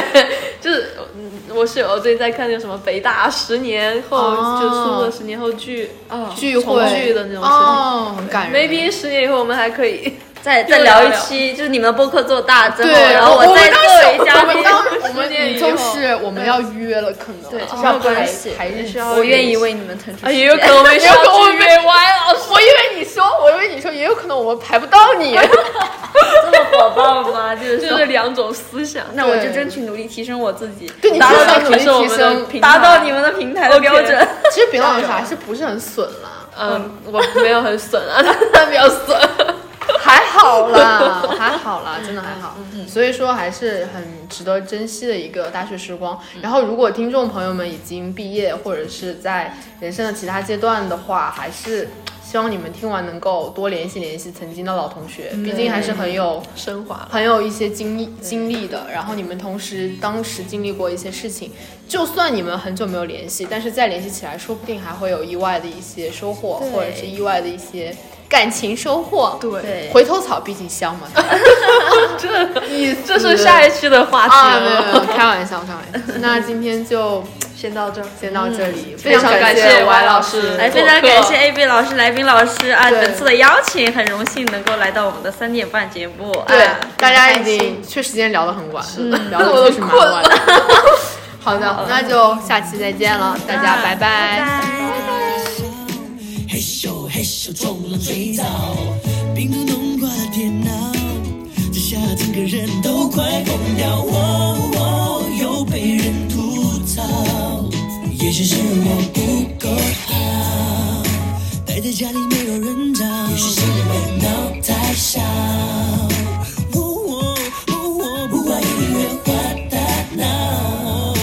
Speaker 2: 就是嗯我室友最近在看那个什么北大十年后，
Speaker 3: 哦
Speaker 2: 就苏的十年后聚
Speaker 3: 聚
Speaker 2: 重
Speaker 3: 会
Speaker 2: 聚的那种事
Speaker 3: 哦，很感
Speaker 2: 情。
Speaker 3: 人。
Speaker 2: maybe 十年以后我们还可 以，
Speaker 1: 再再
Speaker 2: 就聊
Speaker 1: 聊一
Speaker 2: 聊
Speaker 1: 期，就是你们的播客做大之后，
Speaker 3: 对，
Speaker 1: 然后
Speaker 3: 我们
Speaker 1: 再
Speaker 3: 当
Speaker 1: 做
Speaker 3: 时
Speaker 1: 一
Speaker 3: 我们
Speaker 1: 下。
Speaker 3: 当时我 们
Speaker 2: 年以后
Speaker 3: 就是我们要约了，可能
Speaker 1: 对
Speaker 3: 就是嗯
Speaker 1: 没
Speaker 3: 要
Speaker 1: 有关
Speaker 3: 排
Speaker 1: 系
Speaker 3: 排日期。
Speaker 1: 我愿意为你们腾出
Speaker 2: 啊，
Speaker 3: 哎
Speaker 1: 时
Speaker 2: 也 有
Speaker 1: 间
Speaker 2: 可。能我们
Speaker 3: 也有可能我们
Speaker 2: 去约歪老师。
Speaker 3: 我以为你说，我以为你说，也有可能我们排不到你。
Speaker 1: 这么火爆吗？ 就是
Speaker 2: 就
Speaker 1: 说
Speaker 2: 是两种思 想。
Speaker 1: 那我就
Speaker 3: 对
Speaker 1: 争取努力提升我自己，
Speaker 3: 对你
Speaker 1: 达
Speaker 3: 至
Speaker 1: 到
Speaker 3: 少
Speaker 1: 你
Speaker 3: 努
Speaker 1: 们
Speaker 3: 力提
Speaker 2: 我们的
Speaker 3: 升。
Speaker 2: 平
Speaker 1: 达
Speaker 2: 台
Speaker 1: 到你们的平台的
Speaker 2: OK
Speaker 1: 标准。
Speaker 3: 其实丙老师还是不是很损啦，
Speaker 2: 嗯，我没有很损啊， 他比较损。
Speaker 3: 还好啦， 还好啦，真的还好。
Speaker 2: 嗯
Speaker 3: 所以说还是很值得珍惜的一个大学时光。
Speaker 2: 嗯
Speaker 3: 然后，如果听众朋友们已经毕业或者是在人生的其他阶段的话，还是希望你们听完能够多联系联系曾经的老同学，
Speaker 2: 嗯
Speaker 3: 毕竟还是很有
Speaker 2: 升华了。
Speaker 3: 很有一些经历经历的，然后你们同时当时经历过一些事情，就算你们很久没有联系，但是再联系起来，说不定还会有意外的一些收获，或者是意外的一些感情收获。
Speaker 1: 对
Speaker 3: 回头草毕竟香 嘛。
Speaker 2: 这 这是下一期的话
Speaker 3: 啊，
Speaker 2: 题
Speaker 3: 没有
Speaker 2: 了。
Speaker 3: 没有，开玩笑，开玩笑。那今天就
Speaker 2: 先到这儿，
Speaker 3: 先到这里，
Speaker 2: 嗯非常感谢
Speaker 3: 谢
Speaker 2: 王
Speaker 3: 王
Speaker 2: 老
Speaker 3: 老
Speaker 2: 师
Speaker 1: 哎，
Speaker 2: 来
Speaker 1: 非常感谢 AB 老师、来宾老师啊，
Speaker 3: 对
Speaker 1: 本次的邀请，很荣幸能够来到我们的三点半节目。
Speaker 3: 对
Speaker 1: 啊，
Speaker 3: 大家已经确实今天聊得很晚，嗯聊
Speaker 2: 我
Speaker 3: 得
Speaker 2: 都
Speaker 3: 确实蛮
Speaker 2: 困
Speaker 3: 晚的。 好的，那就下期再见了，大家拜拜
Speaker 4: 嘿咻嘿咻，冲浪水澡，冰冻冻挂了电脑，这下整个人都快疯掉，哦哦，又被人吐槽，也许是我不够好，待在家里没有人找，也许是我脑太小，哦哦哦哦，不管音乐化大脑，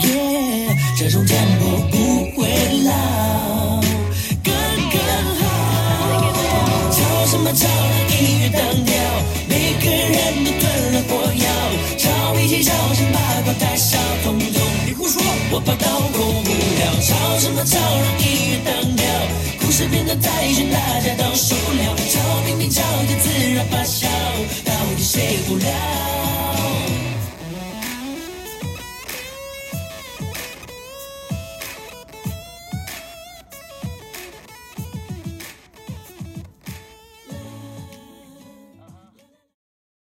Speaker 4: 耶，这种 tempo 不会老，刚刚好。吵什么吵，让音乐单调，每个人都吞了火药，吵一起吵，想八卦太少，统统别胡说，我怕到口不了。吵什么吵，让音乐单调，故事变得太悬，大家都受不了，吵拼命吵，就自然发笑，到底谁无聊？